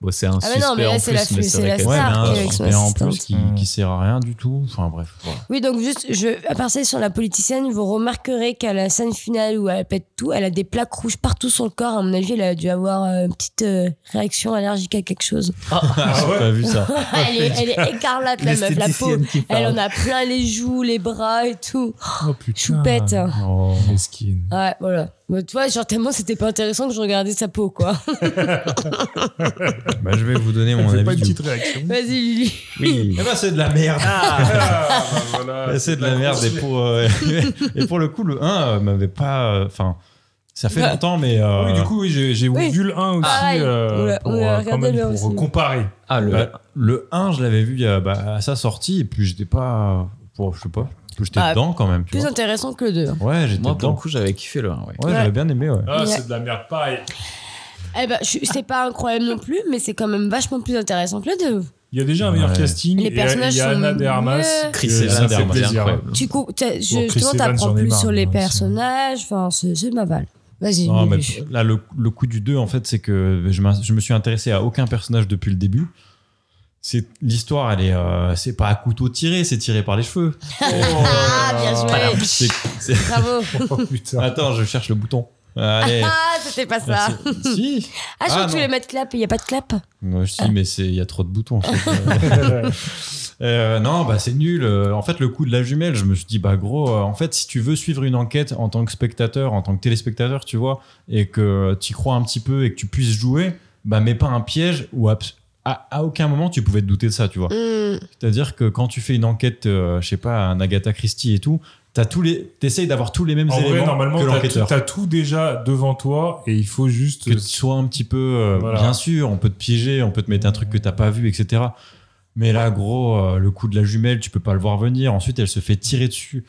Bon, c'est un Ah, mais suspect non, mais là, en c'est plus, la mais fille, c'est la vrai qu'elle- Ouais, sert mais, à un- rien avec son mais en plus, assistante. qui, qui sert à rien du tout. Enfin bref. voilà. Oui, donc juste, je, à part ça, sur la politicienne, vous remarquerez qu'à la scène finale où elle pète tout, elle a des plaques rouges partout sur le corps. À mon avis, elle a dû avoir euh, une petite euh, réaction allergique à quelque chose. J'ai pas vu ça. elle, est, elle est écarlate, la meuf, la peau. L'esthéticienne qui Elle parle. en a plein les joues, les bras et tout. Oh putain. Choupette. Oh. Mesquine. Ouais, voilà. Mais tu vois, genre tellement c'était pas intéressant que je regardais sa peau, quoi. Bah, je vais vous donner mon Fais avis. pas une du- petite réaction. Vas-y, Lily. Oui. Eh ben, c'est de la merde. Ah, bah voilà. Ah, c'est de la merde. Et pour, euh, et pour le coup, le 1 euh, m'avait pas. euh, Enfin, ça fait Bah. longtemps, mais. euh, Oui, du coup, oui, j'ai j'ai Oui. vu le 1 aussi Pareil. On euh, l'a- pour, on euh, quand l'a regardé même, là pour aussi. comparer. Ah, le. bah, le 1, je l'avais vu euh, bah, à sa sortie, et puis j'étais pas. euh, Pour, je sais pas. que J'étais Ah, dedans quand même. Tu Plus vois. intéressant que le hein. 2. Ouais, j'étais Moi, pour le dedans. coup, j'avais kiffé le 1, ouais. Ouais, Ouais. j'avais bien aimé, ouais. Ah, Il y a- c'est de la merde, pareil. Eh ben, je- c'est pas incroyable non plus, mais c'est quand même vachement plus intéressant que le 2. Il y a déjà un meilleur Ouais. casting. Les et, euh, personnages Il y a sont Anna de Armas. mieux. Chris que Evans, ça fait c'est plaisir. incroyable. Tu cou- t'as- je- Chris justement, Evans, t'apprends j'en ai plus marre, sur les moi, c'est- personnages. Enfin, c'est c'est ma balle. Vas-y, Non, mais Lulu. là, le, le coup du 2, en fait, c'est que je, m'in- je me suis intéressé à aucun personnage depuis le début. C'est l'histoire, elle est, euh, c'est pas à couteau tiré, c'est tiré par les cheveux. Ah, bien joué. C'est- c'est- Bravo. Oh putain. Attends, je cherche le bouton. Allez. Ah, c'était pas ça. Merci. si. Ah, je Ah, crois que tu non. voulais mettre clap et y a pas de clap. Moi, je dis, mais c'est- il y a trop de boutons. en fait. Euh, non, bah c'est nul. Euh, En fait, le coup de la jumelle, je me suis dit, bah gros, euh, en fait, si tu veux suivre une enquête en tant que spectateur, en tant que téléspectateur, tu vois, et que tu crois un petit peu et que tu puisses jouer, bah mets pas un piège ou abs- à, à aucun moment tu pouvais te douter de ça, tu vois. Hmm. C'est-à-dire que quand tu fais une enquête, euh, je sais pas, un Agatha Christie et tout, t'as tous les, t'essayes d'avoir tous les mêmes En éléments vrai, normalement, que t'as tout- l'enquêteur. t'as tout déjà devant toi et il faut juste. que tu sois un petit peu euh, Voilà. bien sûr on peut te piéger on peut te mettre un truc que t'as pas vu etc mais là gros euh, le coup de la jumelle tu peux pas le voir venir ensuite elle se fait tirer dessus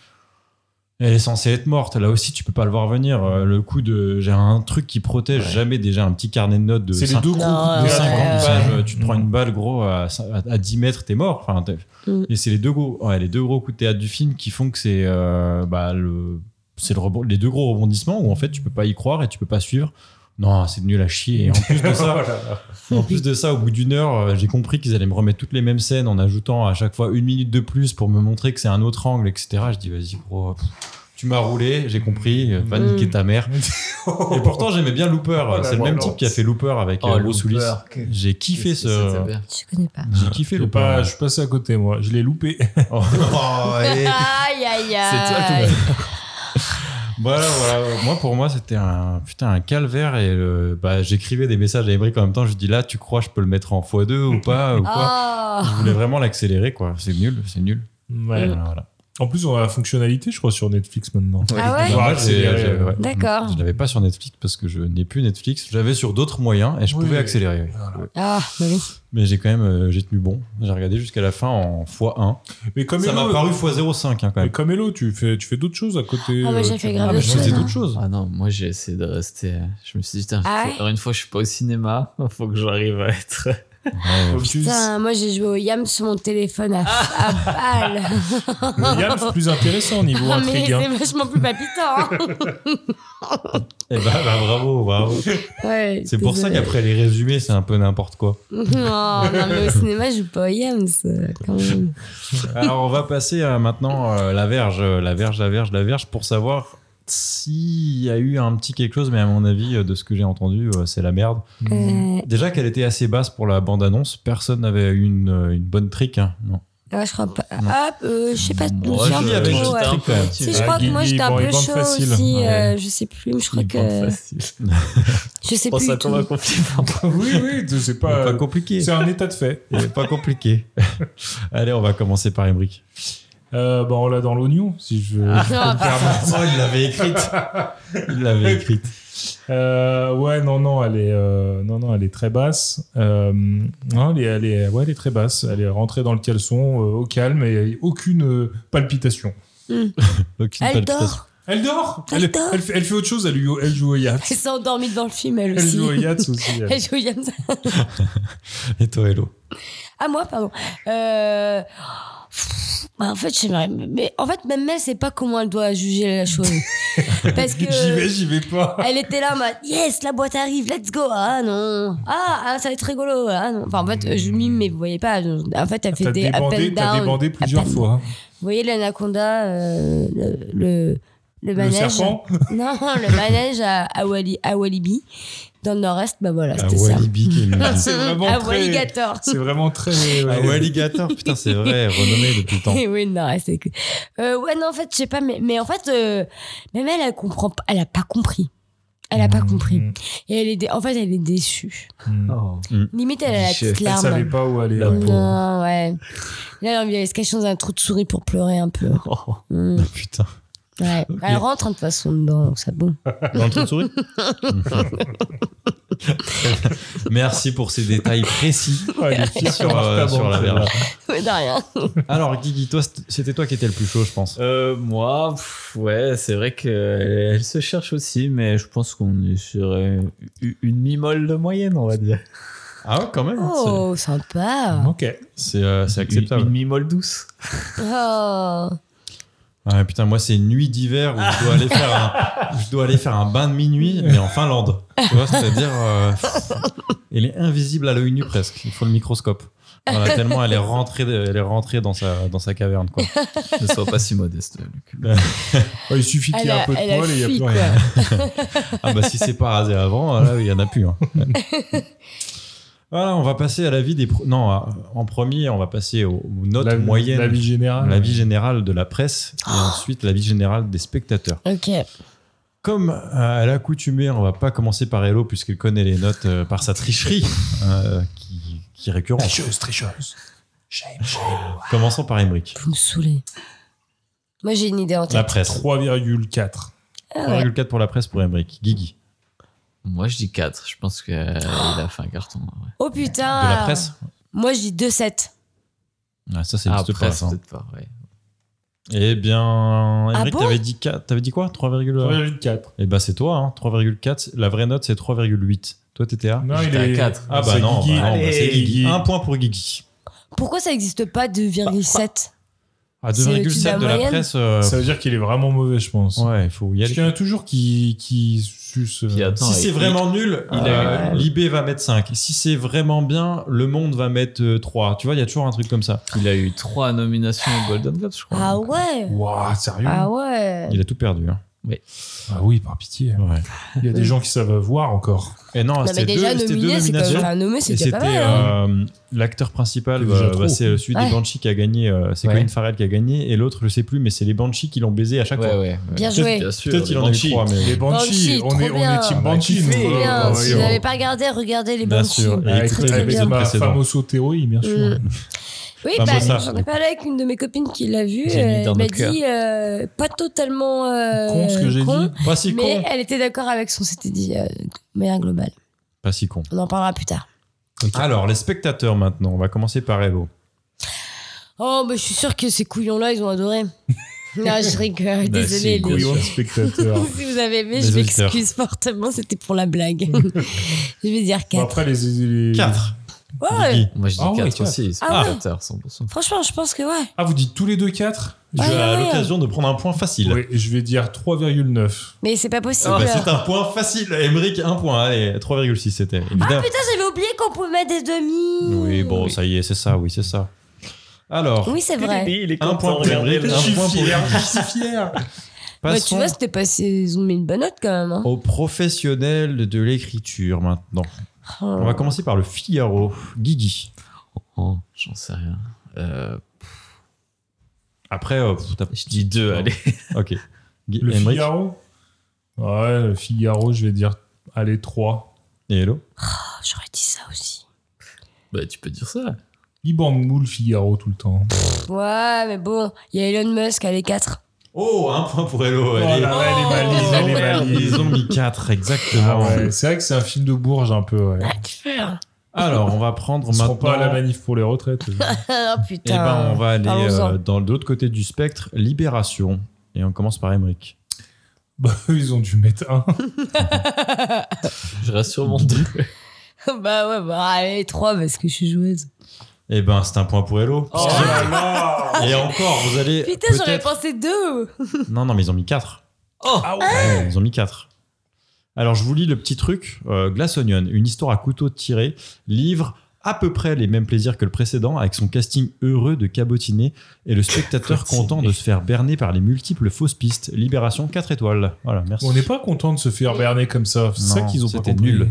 elle est censée être morte là aussi tu peux pas le voir venir Euh, le coup de j'ai un truc qui protège jamais déjà un petit carnet de notes de C'est les cinq- deux gros Non, coups de de ouais, 50 poing. ouais, pages, ouais. tu te prends une balle gros à, cin- à- à 10 mètres t'es mort Enfin, t'es- Mm. et c'est les deux gros ouais, les deux gros coups de théâtre du film qui font que c'est euh, bah, le c'est le rebond- les deux gros rebondissements où en fait tu peux pas y croire et tu peux pas suivre non c'est nul à chier et en plus de ça en plus de ça, au bout d'une heure, euh, j'ai compris qu'ils allaient me remettre toutes les mêmes scènes en ajoutant à chaque fois une minute de plus pour me montrer que c'est un autre angle, etc. Je dis, vas-y, gros, pff, tu m'as roulé, j'ai compris, euh, va Mm. niquer ta mère. Et pourtant, j'aimais bien Looper. Oh la c'est le même violence. type qui a fait Looper avec Oh, euh, Looper, Bruce Willis. que- J'ai kiffé Qu'est-ce que ce. c'était bien. Je connais pas. J'ai kiffé Je Looper. pas- je suis passé à côté, moi. Je l'ai loupé. Oh, oh, et- Aïe, aïe, aïe. C'est toi Voilà, voilà. Moi, pour moi, c'était un putain un calvaire et euh, bah, j'écrivais des messages à Emmerich en même temps. Je dis là, tu crois je peux le mettre en x2 ou pas ou quoi Ah. Oh. Je voulais vraiment l'accélérer, quoi. C'est nul, c'est nul. Mm. Ouais. Voilà, voilà. En plus, on a la fonctionnalité, je crois, sur Netflix maintenant. Ah Voir ouais Moi, j'ai- accélérer, j'ai- euh, ouais. D'accord. Je l'avais pas sur Netflix parce que je n'ai plus Netflix. J'avais sur d'autres moyens et je Oui. pouvais accélérer. oui. Ah, bah oui. Mais j'ai quand même euh, j'ai tenu bon. J'ai regardé jusqu'à la fin en x1. Mais comme Ça m'a Hello, paru x05 hein, quand mais même. comme Hello, tu fais, tu fais d'autres choses à côté. Ah, moi, j'ai euh, fait tu- grave Ah, mais je Chose, faisais hein. d'autres choses. Ah non, moi j'ai essayé de rester. euh, Je me suis dit, putain, Ah faut- une fois je suis pas au cinéma, faut que j'arrive à être. hein. Focus. Putain, moi j'ai joué au Yam sur mon téléphone à, à balle. Le Yam, c'est plus intéressant au niveau Ah, mais intrigue. hein. c'est vachement plus palpitant. hein. Eh ben, bah, bravo, bravo. Ouais, C'est pour ça désolée. qu'après les résumés, c'est un peu n'importe quoi. Non, non, mais au cinéma, je joue pas au Yams euh, quand même. Alors on va passer à maintenant euh, la verge, euh, la verge, la verge, la verge pour savoir s'il y a eu un petit quelque chose, mais à mon avis, euh, de ce que j'ai entendu, euh, c'est la merde. Euh, Déjà qu'elle était assez basse pour la bande-annonce, personne n'avait eu une, euh, une bonne trick. hein. Non. Ah, je crois pas. Non. Ah, euh, je sais pas. Moi, j'ai un je- peu avait j'étais trop, juste ouais. un peu ouais. petit, hein. Si, je ouais. crois que moi Guigui, j'étais un bon, peu il bande chaud facile. aussi. euh, Ouais. je sais plus, je crois Il pense que. facile. Je sais Je pense plus. à du tout. Thomas compliment. oui, oui, c'est Pas, pas. compliqué. c'est un état de fait. Il est pas compliqué. Allez, on va commencer par Emmerich. Euh, bah, on l'a dans l'oignon, si je veux. Ah, il l'avait écrite. Il l'avait écrite. Euh, ouais, non, non, elle est, euh, non, non, elle est très basse. Euh, non, elle est, elle est- ouais, elle est très basse. Elle est rentrée dans le caleçon euh, au calme et aucune euh, palpitation. Aucune Elle palpitation. dort. Elle dort. Elle Elle, dort. elle fait, elle fait autre chose. Elle, lui- elle joue au yacht. Elle s'est endormie devant le film, elle Elle aussi. joue au yacht aussi. elle. Elle joue au Yams. Et toi, Hello Ah, moi, pardon. Euh, pff, bah, en fait, j'aimerais. Mais en fait, même elle sait pas comment elle doit juger la chose. Parce que. J'y vais, j'y vais pas. Elle était là en mode Yes, la boîte arrive, let's go. Ah non. Ah, ah, ça va être rigolo. Ah, non. Enfin, en fait, je mime, mais vous voyez pas. En fait, elle fait T'as des up and débandé, t'as down. débandé plusieurs up and- fois. hein. Vous voyez l'anaconda, euh, le, le, le Le manège. serpent. Non, le manège à, à, Wali- à Walibi, dans le nord-est. Bah voilà, Ah, c'était ça. Walibi qui nous dit. C'est vraiment à très- Walligator. C'est vraiment très. Ah, Walligator, putain, c'est vrai, renommé depuis le temps. oui, non, c'est que- Euh, ouais, non, en fait, je sais pas, mais, mais en fait, euh, même elle, elle comprend pas, elle a pas compris. Elle a pas compris. Mm. Et elle est, dé- en fait, elle est déçue. Mm. Oh, Limite, elle a la petite Elle larme. savait pas où aller. hein. La ouais. Non, ouais. Là, elle a envie d'aller se cacher dans un trou de souris pour pleurer un peu. Oh. Mm, Putain. ouais. Ok. Elle rentre hein, de toute façon dedans, donc ça bon. Dans le trou de souris Merci pour ces détails précis Ah, elle est fière sur, comme euh, un sur la tabou. verve. Ouais, de rien. Alors, Guigui, toi, c't- c'était toi qui étais le plus chaud, je pense. Euh, moi, pff, ouais, c'est vrai qu'elle elle se cherche aussi, mais je pense qu'on est sur euh, u- une mi-molle de moyenne, on va dire. Ah ouais, quand même. Oh, sympa. Ok. C'est euh, c'est Une- Une, acceptable. mi-molle douce. Oh. Ah, putain, moi, c'est une nuit d'hiver où je dois, aller faire un, je dois aller faire un bain de minuit, mais en Finlande. Tu vois, c'est-à-dire. euh, elle est invisible à l'œil nu presque. Il faut le microscope. Voilà, tellement elle est rentrée, elle est rentrée dans, sa, dans sa caverne. Quoi. Ne sois pas si modeste, Luc. Oh, il suffit qu'il y Elle ait un a, peu de elle a poil et il n'y a fui, plus quoi. rien. Ah bah si c'est pas rasé avant, là il y en a plus. hein. voilà, on va passer à la vie des pro- non à- en premier on va passer aux, aux notes La- moyennes, La vie générale. la vie générale de la presse et Ah. ensuite la vie générale des spectateurs. Ok. Comme euh, à l'accoutumée, on va pas commencer par Hello puisqu'il connaît les notes euh, par sa tricherie euh, qui, qui est récurrente. Tricheuse, tricheuse. Commençons par Emmerich. Vous me saoulez. Moi, j'ai une idée en tête. La presse. 3,4. Ah ouais. 3,4 pour la presse pour Emmerich. Guigui. Moi, je dis 4. Je pense qu'il a fait un carton. ouais. Oh putain. De la presse Moi, je dis 2-7. Ah, Ça, c'est Ah, juste après, pas ça. peut-être pas, ouais. hein. Eh bien, Emmerich, Ah bon t'avais dit, quatre- t'avais dit quoi 3,4 3,4. Eh ben c'est toi, hein, 3,4. La vraie note c'est 3,8. Toi t'étais à Non, J'étais à quatre. Ah bah c'est non, Guigui. bah non, bah c'est Allez, Guigui. Guigui. Un point pour Guigui. Pourquoi ça n'existe pas 2,7 À C'est au-dessus de la 2,7 de la moyenne presse. euh, Ça veut dire qu'il est vraiment mauvais, je pense. ouais, il faut y Parce aller. qu'il y en a toujours qui, qui suce. euh, Puis attends, Si c'est il- vraiment nul, il a euh, l'IB va mettre 5. Si c'est vraiment bien, le monde va mettre euh, 3. Tu vois, il y a toujours un truc comme ça. Il a eu 3 nominations au Golden Globes, je crois. Ah Donc, ouais. Ouah, sérieux Ah ouais. Il a tout perdu. hein. Ah oui, par pitié. Il y a des gens qui savent voir encore. Et non, Non, mais c'était deux, déjà, c'était deux nominé, c'est quand même. nominations. Enfin, nommé, Et c'était c'était pas mal. hein. euh, l'acteur principal, C'est bah, déjà bah, trop. c'est celui Ouais. des Banshees qui a gagné, euh, c'est Ouais. Colin Farrell qui a gagné, et l'autre je sais plus, mais c'est les Banshees qui l'ont baisé à chaque Ouais, fois. ouais. Bien joué. Bien sûr. Peut-être qu'il en a eu Banshee. trois, mais Les Banshees, Banshee, on, trop est, on bien. bah, est team Ah, Banshee. kiffé. nous. Bien, Ah, ouais, si ouais, vous ouais. n'avez pas regardé, regardez les Bien Banshees. sûr. ouais. Avec, Très, très avec bien. ma Précédent. fameuse théorie, bien sûr. Mm. Oui, Enfin, bah, bon, ça- j'en ai parlé avec une de mes copines qui l'a vu. J'ai mis euh, dans Elle m'a nos cœurs. dit euh, pas totalement euh, Con, ce que j'ai con, dit. pas si mais con. elle était d'accord avec son c'était dit euh, moyen global. Pas si con. On en parlera plus tard. Alors, les spectateurs maintenant, on va commencer par Hello. Oh, bah, je suis sûre que ces couillons-là, ils ont adoré. non, je rigole, Bah, désolé. si, les- couillons. Couillon de spectateur. si vous avez aimé, Les je auditeurs. m'excuse fortement, c'était pour la blague. je vais dire Bon, 4. après, les. les- 4. Ouais, Moi, je dis Ah ouais, 4 quatre. aussi. les Ah ouais. spectateurs, 100%. franchement, je pense que ouais. Ah, vous dites tous les deux 4 Tu Ouais, as ouais. l'occasion de prendre un point facile. Oui, je vais dire 3,9. Mais c'est pas possible. Ah bah, c'est un point facile. Emmerich, un point. Allez, 3,6 c'était. Ah Évidemment. putain, j'avais oublié qu'on pouvait mettre des demi. oui, bon, ça y est, c'est ça, oui, c'est ça. Alors, Oui, c'est vrai. Il est un point pour Emmerich, Je suis un point pour fier, Guigui. suis fier. Bah, tu Passons vois, c'était pas ils ont mis une bonne note quand même. hein. aux professionnels de l'écriture maintenant. Oh, Oh, On va commencer par le Figaro. Guigui. Oh, j'en sais rien. Euh, pff, Après, euh, pff, t'as- Je dis deux, Non. allez. ok. Guy- Le Emmerich Figaro Ouais, le Figaro, je vais dire, allez, 3. et Hello. Oh, J'aurais dit ça aussi. Bah, tu peux dire ça. Il bande mou le Figaro tout le temps. Ouais, mais bon, il y a Elon Musk à les 4. Oh, un point pour Hello. Oh elle est- là là, elle est malise, Oh, elle est merde. malise. Ils ont mis 4, Ah exactement. ouais, c'est vrai que c'est un film de bourge un peu. Ouais. Alors, on va prendre Ils seront maintenant. pas à la manif pour les retraites. eux. oh Eh putain. ben, on va aller Parlons-en. euh, dans l'autre côté du spectre, Libération. Et on commence par Emmerich. bah, ils ont dû mettre un. Je reste sur mon deux. bah ouais, bah allez, 3 parce que je suis joueuse. Eh ben, c'est un point pour Hello. Oh là là Et encore, vous allez. Putain, j'aurais peut-être... pensé 2. Non, non, mais ils ont mis 4. Ah Ouais, Ils ont mis 4. Alors, je vous lis le petit truc. Euh, Glass Onion, une histoire à couteau tiré, livre à peu près les mêmes plaisirs que le précédent, avec son casting heureux de cabotiné et le spectateur Cabotiné. content de se faire berner par les multiples fausses pistes. Libération 4 étoiles. Voilà, merci. On n'est pas content de se faire berner comme ça. C'est ça Non, qu'ils ont pas c'était compris. nul.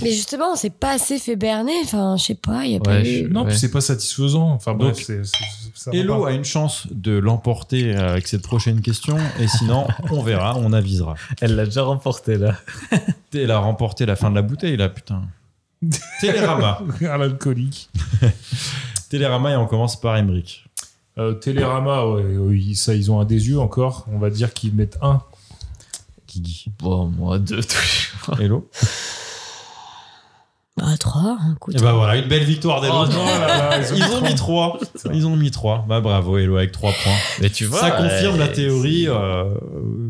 Mais justement, on s'est pas assez fait berner. Enfin, je sais pas, il y a pas Ouais, eu. Non, Ouais. puis c'est pas satisfaisant. Enfin bref, Donc, c'est, c'est- c'est- ça va Hello pas. a une chance de l'emporter euh, avec cette prochaine question, et sinon, on verra, on avisera. Elle l'a déjà remporté, là. Elle a remporté la fin de la bouteille, là, putain. Télérama. à l'alcoolique. Télérama, et on commence par Emmerich. Euh, Télérama, ouais, ouais, ils- ça, ils ont un des yeux encore. On va dire qu'ils mettent un. Guigui. Bon, moi, deux toujours. Hello. Bah 3, écoute. Et bah voilà, une belle victoire d'Hello. Oh là là, ils ont Ils ont mis 3. Ils ont mis 3. Bah bravo, Hello, avec 3 points. Mais tu vois. Ça confirme euh, la théorie c'est- euh,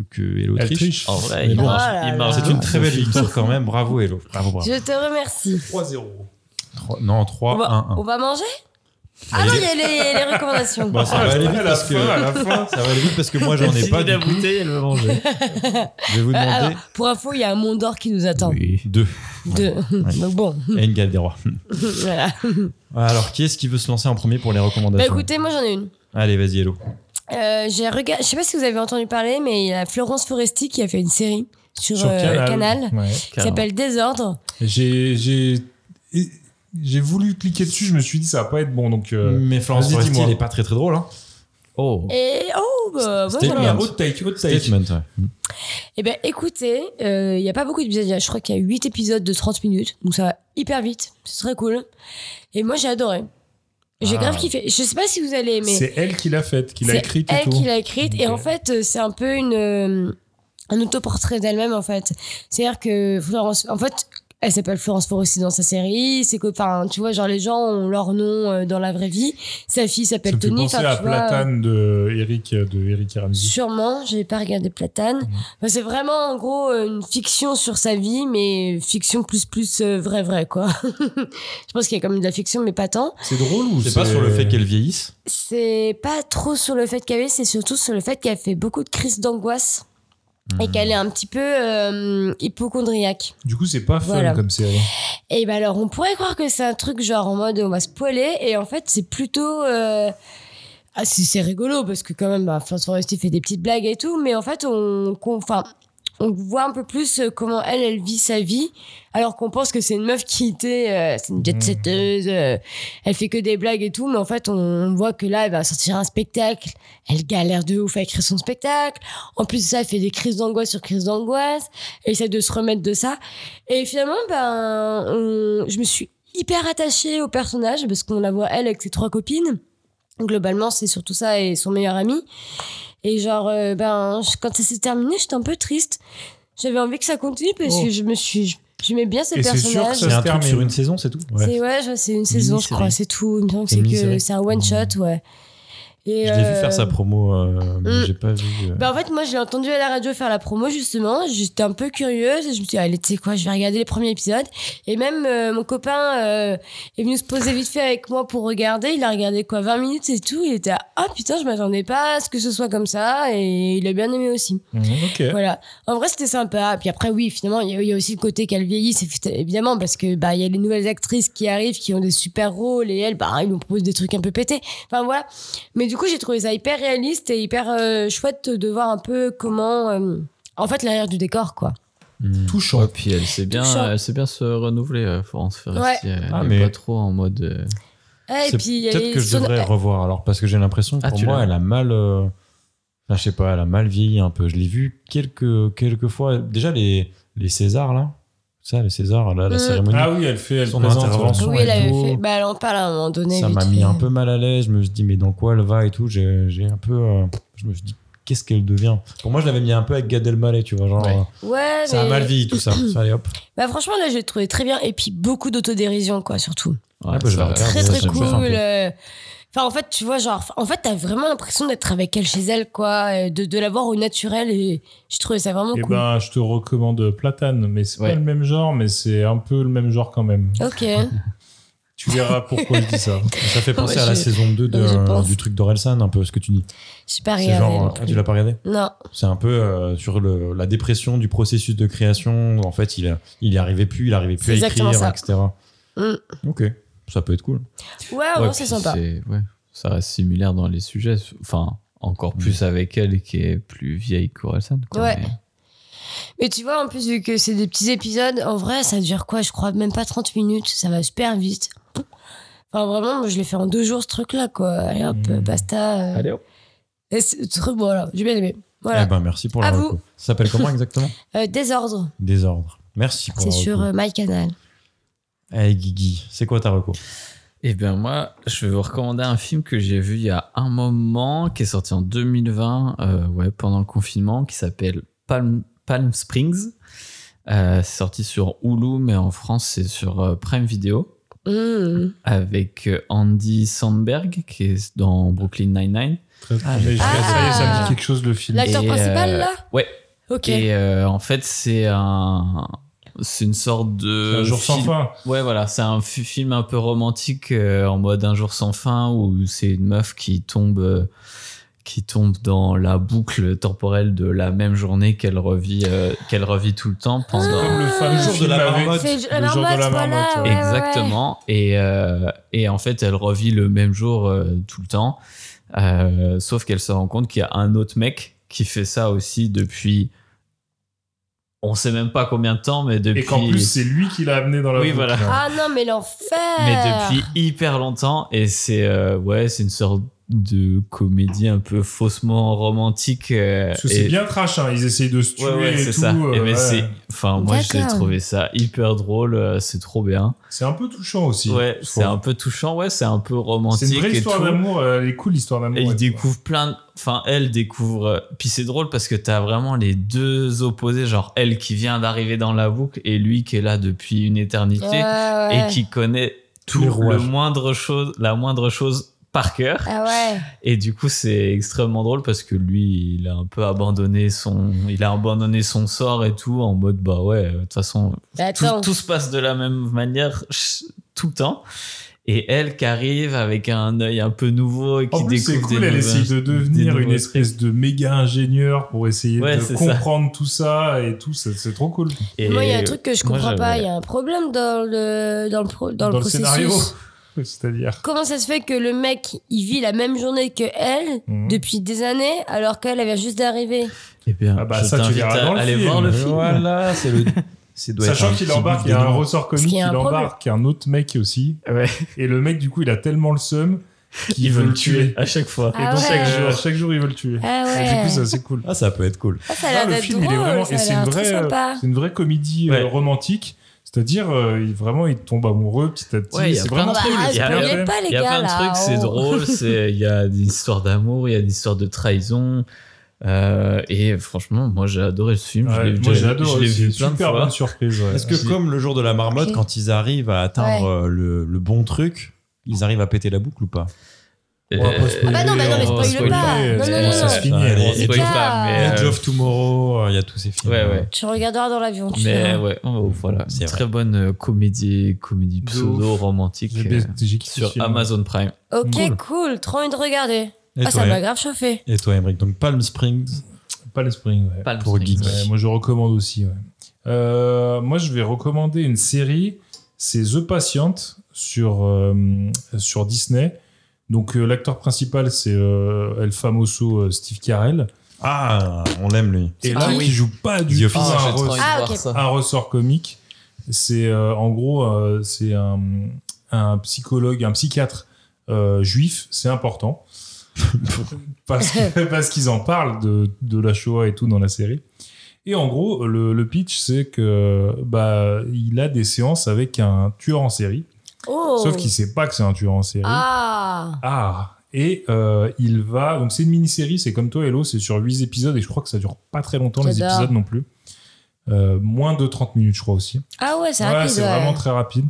que Hello Elle triche. triche. En vrai, Mais il bon, marche. oh là il là. marche. C'est une très belle victoire quand même. Bravo, Hello. Bravo, bravo. Je te remercie. 3-0. Trois- non, On 3, va, 1, 1. on va manger Ah non, il y a les, les recommandations. Bah, ça va aller vite à la parce que. fin, à la fin. Ça va aller vite parce que moi j'en ai pas. la du coup. bouteille, elle veut manger. Je vais vous Ah, demander alors, pour info, il y a un monde d'or qui nous attend. 2. Deux. Ouais. Donc bon, Et une gale des rois. voilà. Alors, qui est-ce qui veut se lancer en premier pour les Bah recommandations écoutez, moi j'en ai une. Allez, vas-y, Hello. Euh, j'ai regard... Je sais pas si vous avez entendu parler, mais il y a Florence Foresti qui a fait une série sur, Sur euh, Canal. Ouais. qui s'appelle Désordre. J'ai, j'ai, et- j'ai voulu cliquer dessus, je me suis dit ça va pas être bon. Donc, euh, Mm. Mais Florence vas-y, Foresti, dis-moi. elle est pas très très drôle. Hein. Oh. Et oh, bah, moi j'aime Statement. bien. haute take, haute take. Statement, ouais. Eh ben écoutez, euh, il n'y a pas beaucoup d'épisodes, il y a- je crois qu'il y a 8 épisodes de 30 minutes, donc ça va hyper vite, c'est très cool. Et moi j'ai adoré. J'ai Ah. grave kiffé. Je sais pas si vous allez aimer. C'est elle qui l'a faite, qui l'a C'est écrite et elle tout. qui l'a écrite. Et Ok. en fait, euh, c'est un peu une, euh, un autoportrait d'elle-même, en fait. C'est-à-dire que Florence. En fait, elle s'appelle Florence Foresti dans sa série. C'est que, enfin, tu vois, genre, les gens ont leur nom euh, dans la vraie vie. Sa fille Ça s'appelle me fait Tony. penser Enfin, à tu vois, euh, Platane de Eric, de Eric et Ramsey. Sûrement, j'ai pas regardé Platane. Enfin, c'est vraiment en gros euh, une fiction sur sa vie, mais fiction plus plus euh, vrai vrai quoi. Je pense qu'il y a quand même de la fiction, mais pas tant. C'est drôle ou C'est pas sur le fait qu'elle vieillisse C'est pas trop sur le fait qu'elle est, c'est surtout sur le fait qu'elle fait beaucoup de crises d'angoisse et qu'elle est un petit peu euh, hypochondriaque. Du coup, c'est pas fun Voilà. comme série. Et ben alors, on pourrait croire que c'est un truc genre en mode on va se poiler, et en fait, c'est plutôt. euh, Ah, c'est c'est rigolo parce que quand même, bah, Florence Foresti fait des petites blagues et tout, mais en fait, on. qu'on- Enfin. On voit un peu plus euh, comment elle, elle vit sa vie, alors qu'on pense que c'est une meuf qui était, euh, c'est une jet setteuse, euh, elle fait que des blagues et tout, mais en fait, on voit que là, elle va sortir un spectacle, elle galère de ouf à écrire son spectacle. En plus de ça, elle fait des crises d'angoisse sur crises d'angoisse. Elle essaie de se remettre de ça. Et finalement, ben, on- je me suis hyper attachée au personnage parce qu'on la voit elle avec ses trois copines. Globalement, c'est surtout ça et son meilleur ami. Et genre, euh, ben, je- quand ça s'est terminé, j'étais un peu triste. J'avais envie que ça continue parce Oh. que je me suis, je- j'aimais bien ce Et c'est sûr que personnage. C'est Ça se un truc termine. sur une saison, c'est tout C'est ouais, je- c'est une saison, je mini-série. crois, c'est tout. Il me semble que C'est c'est une que mini-série. c'est un one shot, ouais. Et Je l'ai vu euh, faire sa promo, euh, mais Mm. j'ai pas vu. euh. Bah en fait, moi, je l'ai entendu à la radio faire la promo, justement. J'étais un peu curieuse. et Je me suis dit, allez, tu sais quoi, je vais regarder les premiers épisodes. Et même euh, mon copain euh, est venu se poser vite fait avec moi pour regarder. Il a regardé quoi, 20 minutes et tout. Il était, à, ah putain, je m'attendais pas à ce que ce soit comme ça. Et il a bien aimé aussi. Mm, ok. Voilà. En vrai, c'était sympa. Puis après, oui, finalement, il y, a- il y a aussi le côté qu'elle vieillisse, évi- évidemment, parce que bah il y a les nouvelles actrices qui arrivent, qui ont des super rôles, et elles, bah, ils nous proposent des trucs un peu pétés. Enfin voilà. Mais du coup, j'ai trouvé ça hyper réaliste et hyper euh, chouette de voir un peu comment, euh, en fait, l'arrière du décor, quoi. Mm. Touchant. Ouais, puis elle sait bien, Touchant. elle sait bien se renouveler, euh, Florence Foresti. Elle Ah, est mais- pas trop en mode. euh, Ah, et C'est puis il y a peut-être les que je son- devrais revoir alors parce que j'ai l'impression que Ah, pour tu moi l'as. elle a mal euh, enfin, je sais pas elle a mal vieilli un peu je l'ai vu quelques quelques fois déjà les les Césars là ça les Césars là, la Mm. cérémonie Ah oui, elle fait, elle Son présente. intervention. Oui, et elle avait tout. fait. Bah, elle en parle à un moment donné. ça vite m'a fait. mis un peu mal à l'aise je me suis dit mais dans quoi elle va et tout j'ai j'ai un peu euh, je me suis dit qu'est-ce qu'elle devient pour moi je l'avais mis un peu avec Gad Elmaleh tu vois genre Ouais. euh, Ouais, ça a Ah, mais- mal vieilli tout ça Ça, allez hop Bah, franchement, là, je l'ai trouvé très bien. Et puis beaucoup d'autodérision, quoi, surtout. Ah, bah, je vais regarder, Très, ça, très j'aime bien. cool. euh. Enfin, en fait, tu vois, genre, en fait, t'as vraiment l'impression d'être avec elle chez elle, quoi, et de, de la voir au naturel. Et je trouvais ça vraiment Eh Et cool. ben, je te recommande Platane, mais c'est Ouais. pas le même genre, mais c'est un peu le même genre quand même. ben. Ok. Tu verras pourquoi je dis ça. ça fait penser Ouais, à la je- saison 2 de, je pense. Ah, du truc d'Orelsan un peu ce que tu dis J'ai pas c'est regardé. non genre ah, plus. tu l'as pas regardé Non. C'est un peu euh, sur le- la dépression du processus de création. En fait, il, a- il y arrivait plus, il arrivait plus à C'est exactement écrire, ça. etc. Ok, ça peut être cool. Hmm. Ouais, au Ouais, moins, Ah, c'est puis sympa. ouais, ça reste similaire dans les sujets. Enfin, encore plus avec elle qui est plus vieille qu'Orelsan. quoi, Ouais. mais- Mais tu vois, en plus, vu que c'est des petits épisodes, en vrai, ça dure quoi Je crois même pas 30 minutes. Ça va super vite. Enfin, vraiment, moi, je l'ai fait en deux jours, ce truc-là, quoi. Allez hop, Hmm. Mm. basta. euh. Allez, hop. Et c'est trop bon, alors. J'ai bien aimé. Voilà. Eh ben, merci pour la À vous. reco. Ça s'appelle comment exactement Euh, désordre, Désordre. Merci pour c'est la sur reco. euh, MyCanal. Eh, Guigui, c'est quoi ta reco Eh bien moi, je vais vous recommander un film que j'ai vu il y a un moment, qui est sorti en 2020, euh, ouais, pendant le confinement, qui s'appelle Palm, Palm Springs. Euh, c'est sorti sur Hulu, mais en France, c'est sur euh, Prime Video, Mmh. avec euh, Andy Sandberg, qui est dans Brooklyn Nine-Nine. Très- mais je- Ah. ça y est, ça me dit quelque chose le film. L'acteur Et, principal, euh, là Ouais, Ok. et euh, en fait, c'est un... C'est une sorte de... Un Euh, jour sans film- fin. Ouais, voilà, c'est un fi- film un peu romantique euh, en mode un jour sans fin où c'est une meuf qui tombe, euh, qui tombe dans la boucle temporelle de la même journée qu'elle revit, euh, qu'elle revit tout le temps pendant. Ah. Comme Ah, le fameux Le jour de film la avec- marmotte. C'est le jour de la marmotte, ouais. ouais, ouais. Exactement. Et, euh, et en fait, elle revit le même jour euh, tout le temps. Euh, sauf qu'elle se rend compte qu'il y a un autre mec qui fait ça aussi depuis. On sait même pas combien de temps, mais depuis. Et qu'en plus, c'est lui qui l'a amené dans la Oui, boucle. voilà. Ah non, mais l'enfer mais depuis hyper longtemps et c'est euh, ouais c'est une sorte de comédie un peu faussement romantique euh, Parce que c'est et- bien trash, hein. ils essayent de se tuer ouais ouais et c'est tout. ça euh, et mais ouais. c'est enfin moi j'ai D'accord. trouvé ça hyper drôle euh, c'est trop bien C'est un peu touchant aussi. ouais je c'est trouve. un peu touchant ouais c'est un peu C'est une romantique vraie et histoire tout d'amour, euh, elle est cool l'histoire d'amour. et il ouais. découvre plein de... Enfin, elle découvre... euh, Puis c'est drôle parce que t'as vraiment les deux opposés, genre elle qui vient d'arriver dans la boucle et lui qui est là depuis une éternité Ouais, ouais. et qui connaît Tous tout les le rouages. moindre chose, la moindre chose par cœur. Ah ouais. Et du coup, c'est extrêmement drôle parce que lui, il a un peu abandonné son, il a abandonné son sort et tout en mode bah ouais, de toute façon, Mais tout, Attends. tout se passe de la même manière ch- tout le temps. Et elle qui arrive avec un œil un peu nouveau et qui En plus, c'est découvre cool, des elle nouvelles- essaye de des devenir une nouveaux espèce de méga ingénieur pour essayer Ouais, de c'est ça. comprendre tout ça et tout, c'est c'est trop cool. trucs. Et Moi, il y a un truc que je moi, comprends pas. j'avais- Il y a un problème dans le, dans le, pro- dans Dans le processus. scénario, c'est-à-dire. Comment ça se fait que le mec, il vit la même journée que elle Mhm. depuis des années, alors qu'elle, elle vient juste d'arriver Eh bien, Ah bah, je ça, tu t'invite verras à dans le aller film. voir le film. Voilà, c'est le. c'est- doit être Sachant un qu'il petit embarque, bout il y a de un doigt. ressort Parce comique, qu'il y il a un problème. embarque un autre mec aussi. Ouais. Et le mec, du coup, il a tellement le seum qu'il Ils veut veulent le tuer. à chaque fois. Et Ah donc, ouais. chaque, jour, chaque jour, il veut le tuer. Ah ouais. Et du coup, ça, c'est cool. Ah, ça peut être cool. Ah, ça a Non, l'air le d'être film, il est drôle, vraiment. ça Et a c'est une, l'air très vraie, euh, sympa. c'est une vraie comédie euh, Ouais. romantique. C'est-à-dire, euh, il- vraiment, il tombe amoureux petit à petit. Ouais, il y a c'est plein vraiment de cool. trucs. Ah, Il y a- bien spoilez fait. pas, les Il y a gars, plein de là, trucs, c'est oh. drôle. c'est- Il y a des histoires d'amour, il y a des histoires de trahison. Euh, et franchement, moi j'ai adoré ce film. je Ouais, l'ai- moi, je l'ai- j'adore. Je l'ai C'est vu une plein de super bonne fois. surprise. ouais. Est-ce que, c'est- comme le jour de la marmotte, Ok. quand ils arrivent à atteindre euh, le, le bon truc, ils arrivent à péter la boucle ou pas On va pas spoiler, Ah bah non, bah non, mais on va spoil spoiler, pas. euh, Non, non, comment non, ça non. se finit, Allez, on va et spoil puis- pas, mais, Edge euh, of Tomorrow, euh, il y a tous ces films. Ouais, ouais. Tu regarderas dans l'avion. tu Mais verras. ouais, oh, voilà. C'est Une très bonne euh, comédie, comédie De pseudo romantique J'ai euh, baisé- j'ai kiffé ce sur film. Amazon Prime. Ok, Cool. cool. Trop envie de regarder. Et ah, toi, ça m'a Em- grave chauffé. et toi, Emmerich. Donc, Palm Springs. Pas le spring, ouais. Palm Pour Springs, Geek. ouais. Ouais, moi, je recommande aussi. ouais. Euh, moi, je vais recommander une série. C'est The Patient sur, euh, sur Disney. Donc, euh, l'acteur principal, c'est euh, El Famoso euh, Steve Carell. Ah, on l'aime lui. Et Ah là, oui. il joue pas The du tout Office. un, Ah, j'ai trop ressort- envie Ah, de voir ok. ça. un ressort comique. C'est euh, en gros, euh, c'est un, un psychologue, un psychiatre euh, juif, c'est important. parce que- parce qu'ils en parlent de, de la Shoah et tout dans la série. Et en gros, le, le pitch, c'est que bah, il a des séances avec un tueur en série. Oh. Sauf qu'il sait pas que c'est un tueur en série. Ah. Ah. Et euh, il va. Donc, c'est une mini-série, c'est comme toi, Hello, c'est sur 8 épisodes et je crois que ça dure pas très longtemps, les J'adore. épisodes non plus. Euh, moins de 30 minutes, je crois aussi. Ah ouais, c'est Ouais, rapide. c'est ouais. vraiment très rapide.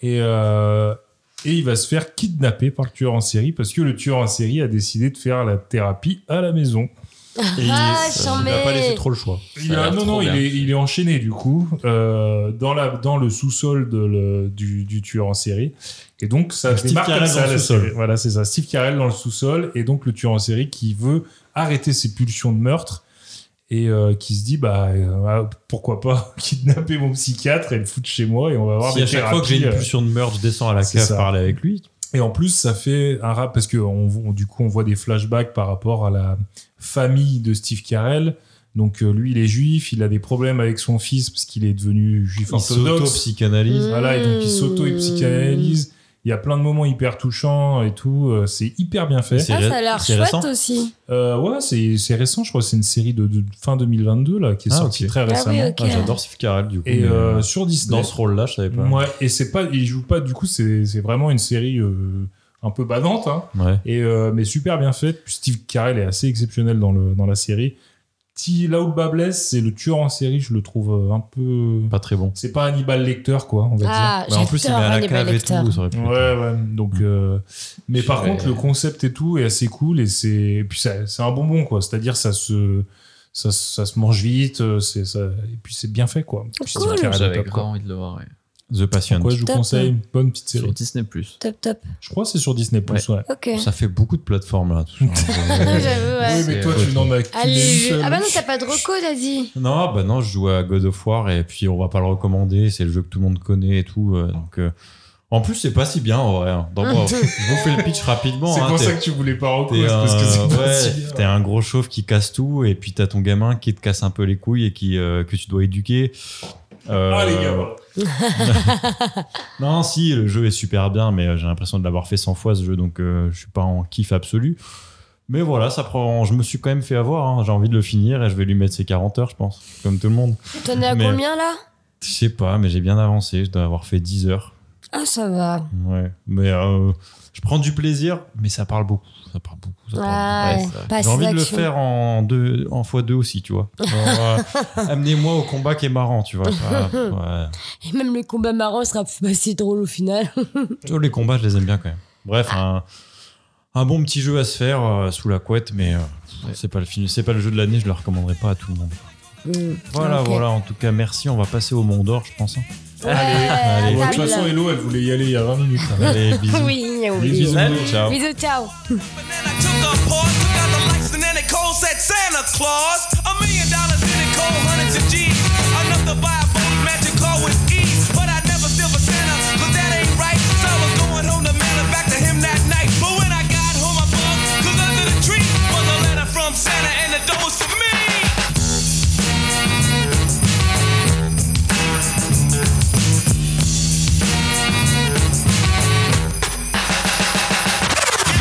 Et, euh, et il va se faire kidnapper par le tueur en série parce que le tueur en série a décidé de faire la thérapie à la maison. Et Ah, il- j'en il n'a pas mets. laissé trop le choix. Il a a- l'air non, trop non, il bien. est, il est enchaîné du coup euh, dans, la, dans le sous-sol de le- du, du tueur en série. Et donc ça Donc, Steve démarre comme Carell ça, dans le la sous-sol. série. Voilà, c'est ça. Steve Carell dans le sous-sol et donc le tueur en série qui veut arrêter ses pulsions de meurtre et euh, qui se dit bah euh, ah, pourquoi pas kidnapper mon psychiatre et le foutre chez moi et on va avoir Si des à chaque fois que j'ai thérapies, une euh, pulsion de meurtre, je descends à la c'est cave ça. parler avec lui. et en plus, ça fait un rap parce que on, on- du coup, on voit des flashbacks par rapport à la famille de Steve Carell. Donc euh, lui, il est juif, il a des problèmes avec son fils parce qu'il est devenu juif Il orthodoxe. Mm. s'auto-psychanalyse. Voilà, et donc il s'auto-psychanalyse. Il y a plein de moments hyper touchants et tout. euh, C'est hyper bien fait. C'est Ah, ré- ça a l'air c'est chouette récent. aussi. Euh, ouais, c'est c'est récent, je crois. C'est une série de, de fin 2022 là, qui est Ah, sortie ok. très oui, récemment. ok. Ah, J'adore Steve Carell du coup. Et mais, euh, sur Disney. dans ce rôle-là, je savais pas. Ouais, et c'est pas, il joue pas. Du coup, c'est c'est vraiment une série euh, un peu badante. Hein. Ouais. Et, euh, mais super bien faite. Puis Steve Carell est assez exceptionnel dans, le, dans la série. Ti- Là où le bas blesse, c'est le tueur en série, je le trouve euh, un peu. Pas très bon. C'est pas Hannibal Lecter, quoi, on va Ah, Mais Bah, en plus, il met j'adore à la Hannibal cave et Lecter. tout. ça aurait pu dire. être- Ouais, ouais. Donc, euh, mais par Ouais. contre, le concept et tout est assez cool. Et, c'est et puis, ça- c'est un bonbon, quoi. C'est-à-dire, ça se. Ça, ça se mange vite, euh, c'est ça... et puis c'est bien fait quoi. Puis Steve Oh, Cool. Carell est J'avais top, grand quoi. envie de le voir. ouais. The Patient. Quoi, je vous Top. conseille une bonne petite Sur série. Disney Plus. Top, top. Je crois que c'est sur Disney Plus. Ouais. Ok. Ah, Ça fait beaucoup de plateformes là. tout ça. J'avoue, ouais. Oui, mais C'est- toi tu n'en as qu'une Allez, je- seule. Ah bah non, t'as pas de reco, t'as dit. Non, bah non, je joue à God of War et puis on va pas le recommander, c'est le jeu que tout le monde connaît et tout. euh, donc, euh, en plus, c'est pas si bien en vrai. hein. Dans- bon, je vous fais le pitch rapidement. C'est hein, pour t'es- ça que tu voulais pas T'es recourir, un, parce que c'est pas ouais, si bien. t'es un gros chauve qui casse tout et puis t'as ton gamin qui te casse un peu les couilles et qui, euh, que tu dois éduquer. Euh, Ah, les gars, voilà. Non, si, le jeu est super bien, mais euh, j'ai l'impression de l'avoir fait 100 fois ce jeu, donc euh, je suis pas en kiff absolu. Mais voilà, ça prend. Je me suis quand même fait avoir. hein. J'ai envie de le finir et je vais lui mettre ses 40 heures, je pense, comme tout le monde. T'en es à Mais- combien là Je sais pas, mais j'ai bien avancé. Je dois avoir fait 10 heures. Ah, ça va. Ouais. Mais euh, je prends du plaisir, mais ça parle beaucoup. Ça parle beaucoup. Ça parle Ah, beaucoup. ouais. c'est vrai. Pas J'ai assez envie de le d'action. faire en deux, en fois deux aussi, tu vois. Alors, euh, Amenez-moi au combat qui est marrant, tu vois. Enfin, ouais. Et même le combat marrant il sera pas si drôle au final. Tous les combats, je les aime bien quand même. Bref, Ah. un, un bon petit jeu à se faire euh, sous la couette, mais euh, c'est pas le film, c'est pas le jeu de l'année. Je le recommanderais pas à tout le monde. Voilà, Ok. voilà. En tout cas, merci. On va passer au Mont d'Or, je pense. hein. Allez, Bon, de toute façon, Hello, elle voulait y aller il y a 20 minutes. Allez, bisous. Oui, oui. Bisous, ciao. Bisous, ciao. Then I took a pause, took out the lights, and then it cold said Santa Claus. A million dollars in it, cold hundreds of G's. Enough to buy a boat, magic car with ease. But I never still for Santa, cause that ain't right. So I was going home to mail it back to him that night. But when I got home, I bugged, cause under the tree was a letter from Santa, and the door was for me.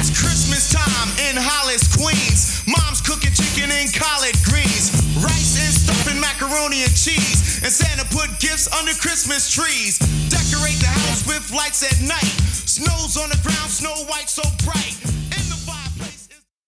It's Christmas time in Hollis, Queens. Mom's cooking chicken and collard greens, rice and stuffing macaroni and cheese. And Santa put gifts under Christmas trees. Decorate the house with lights at night. Snow's on the ground, snow white so bright.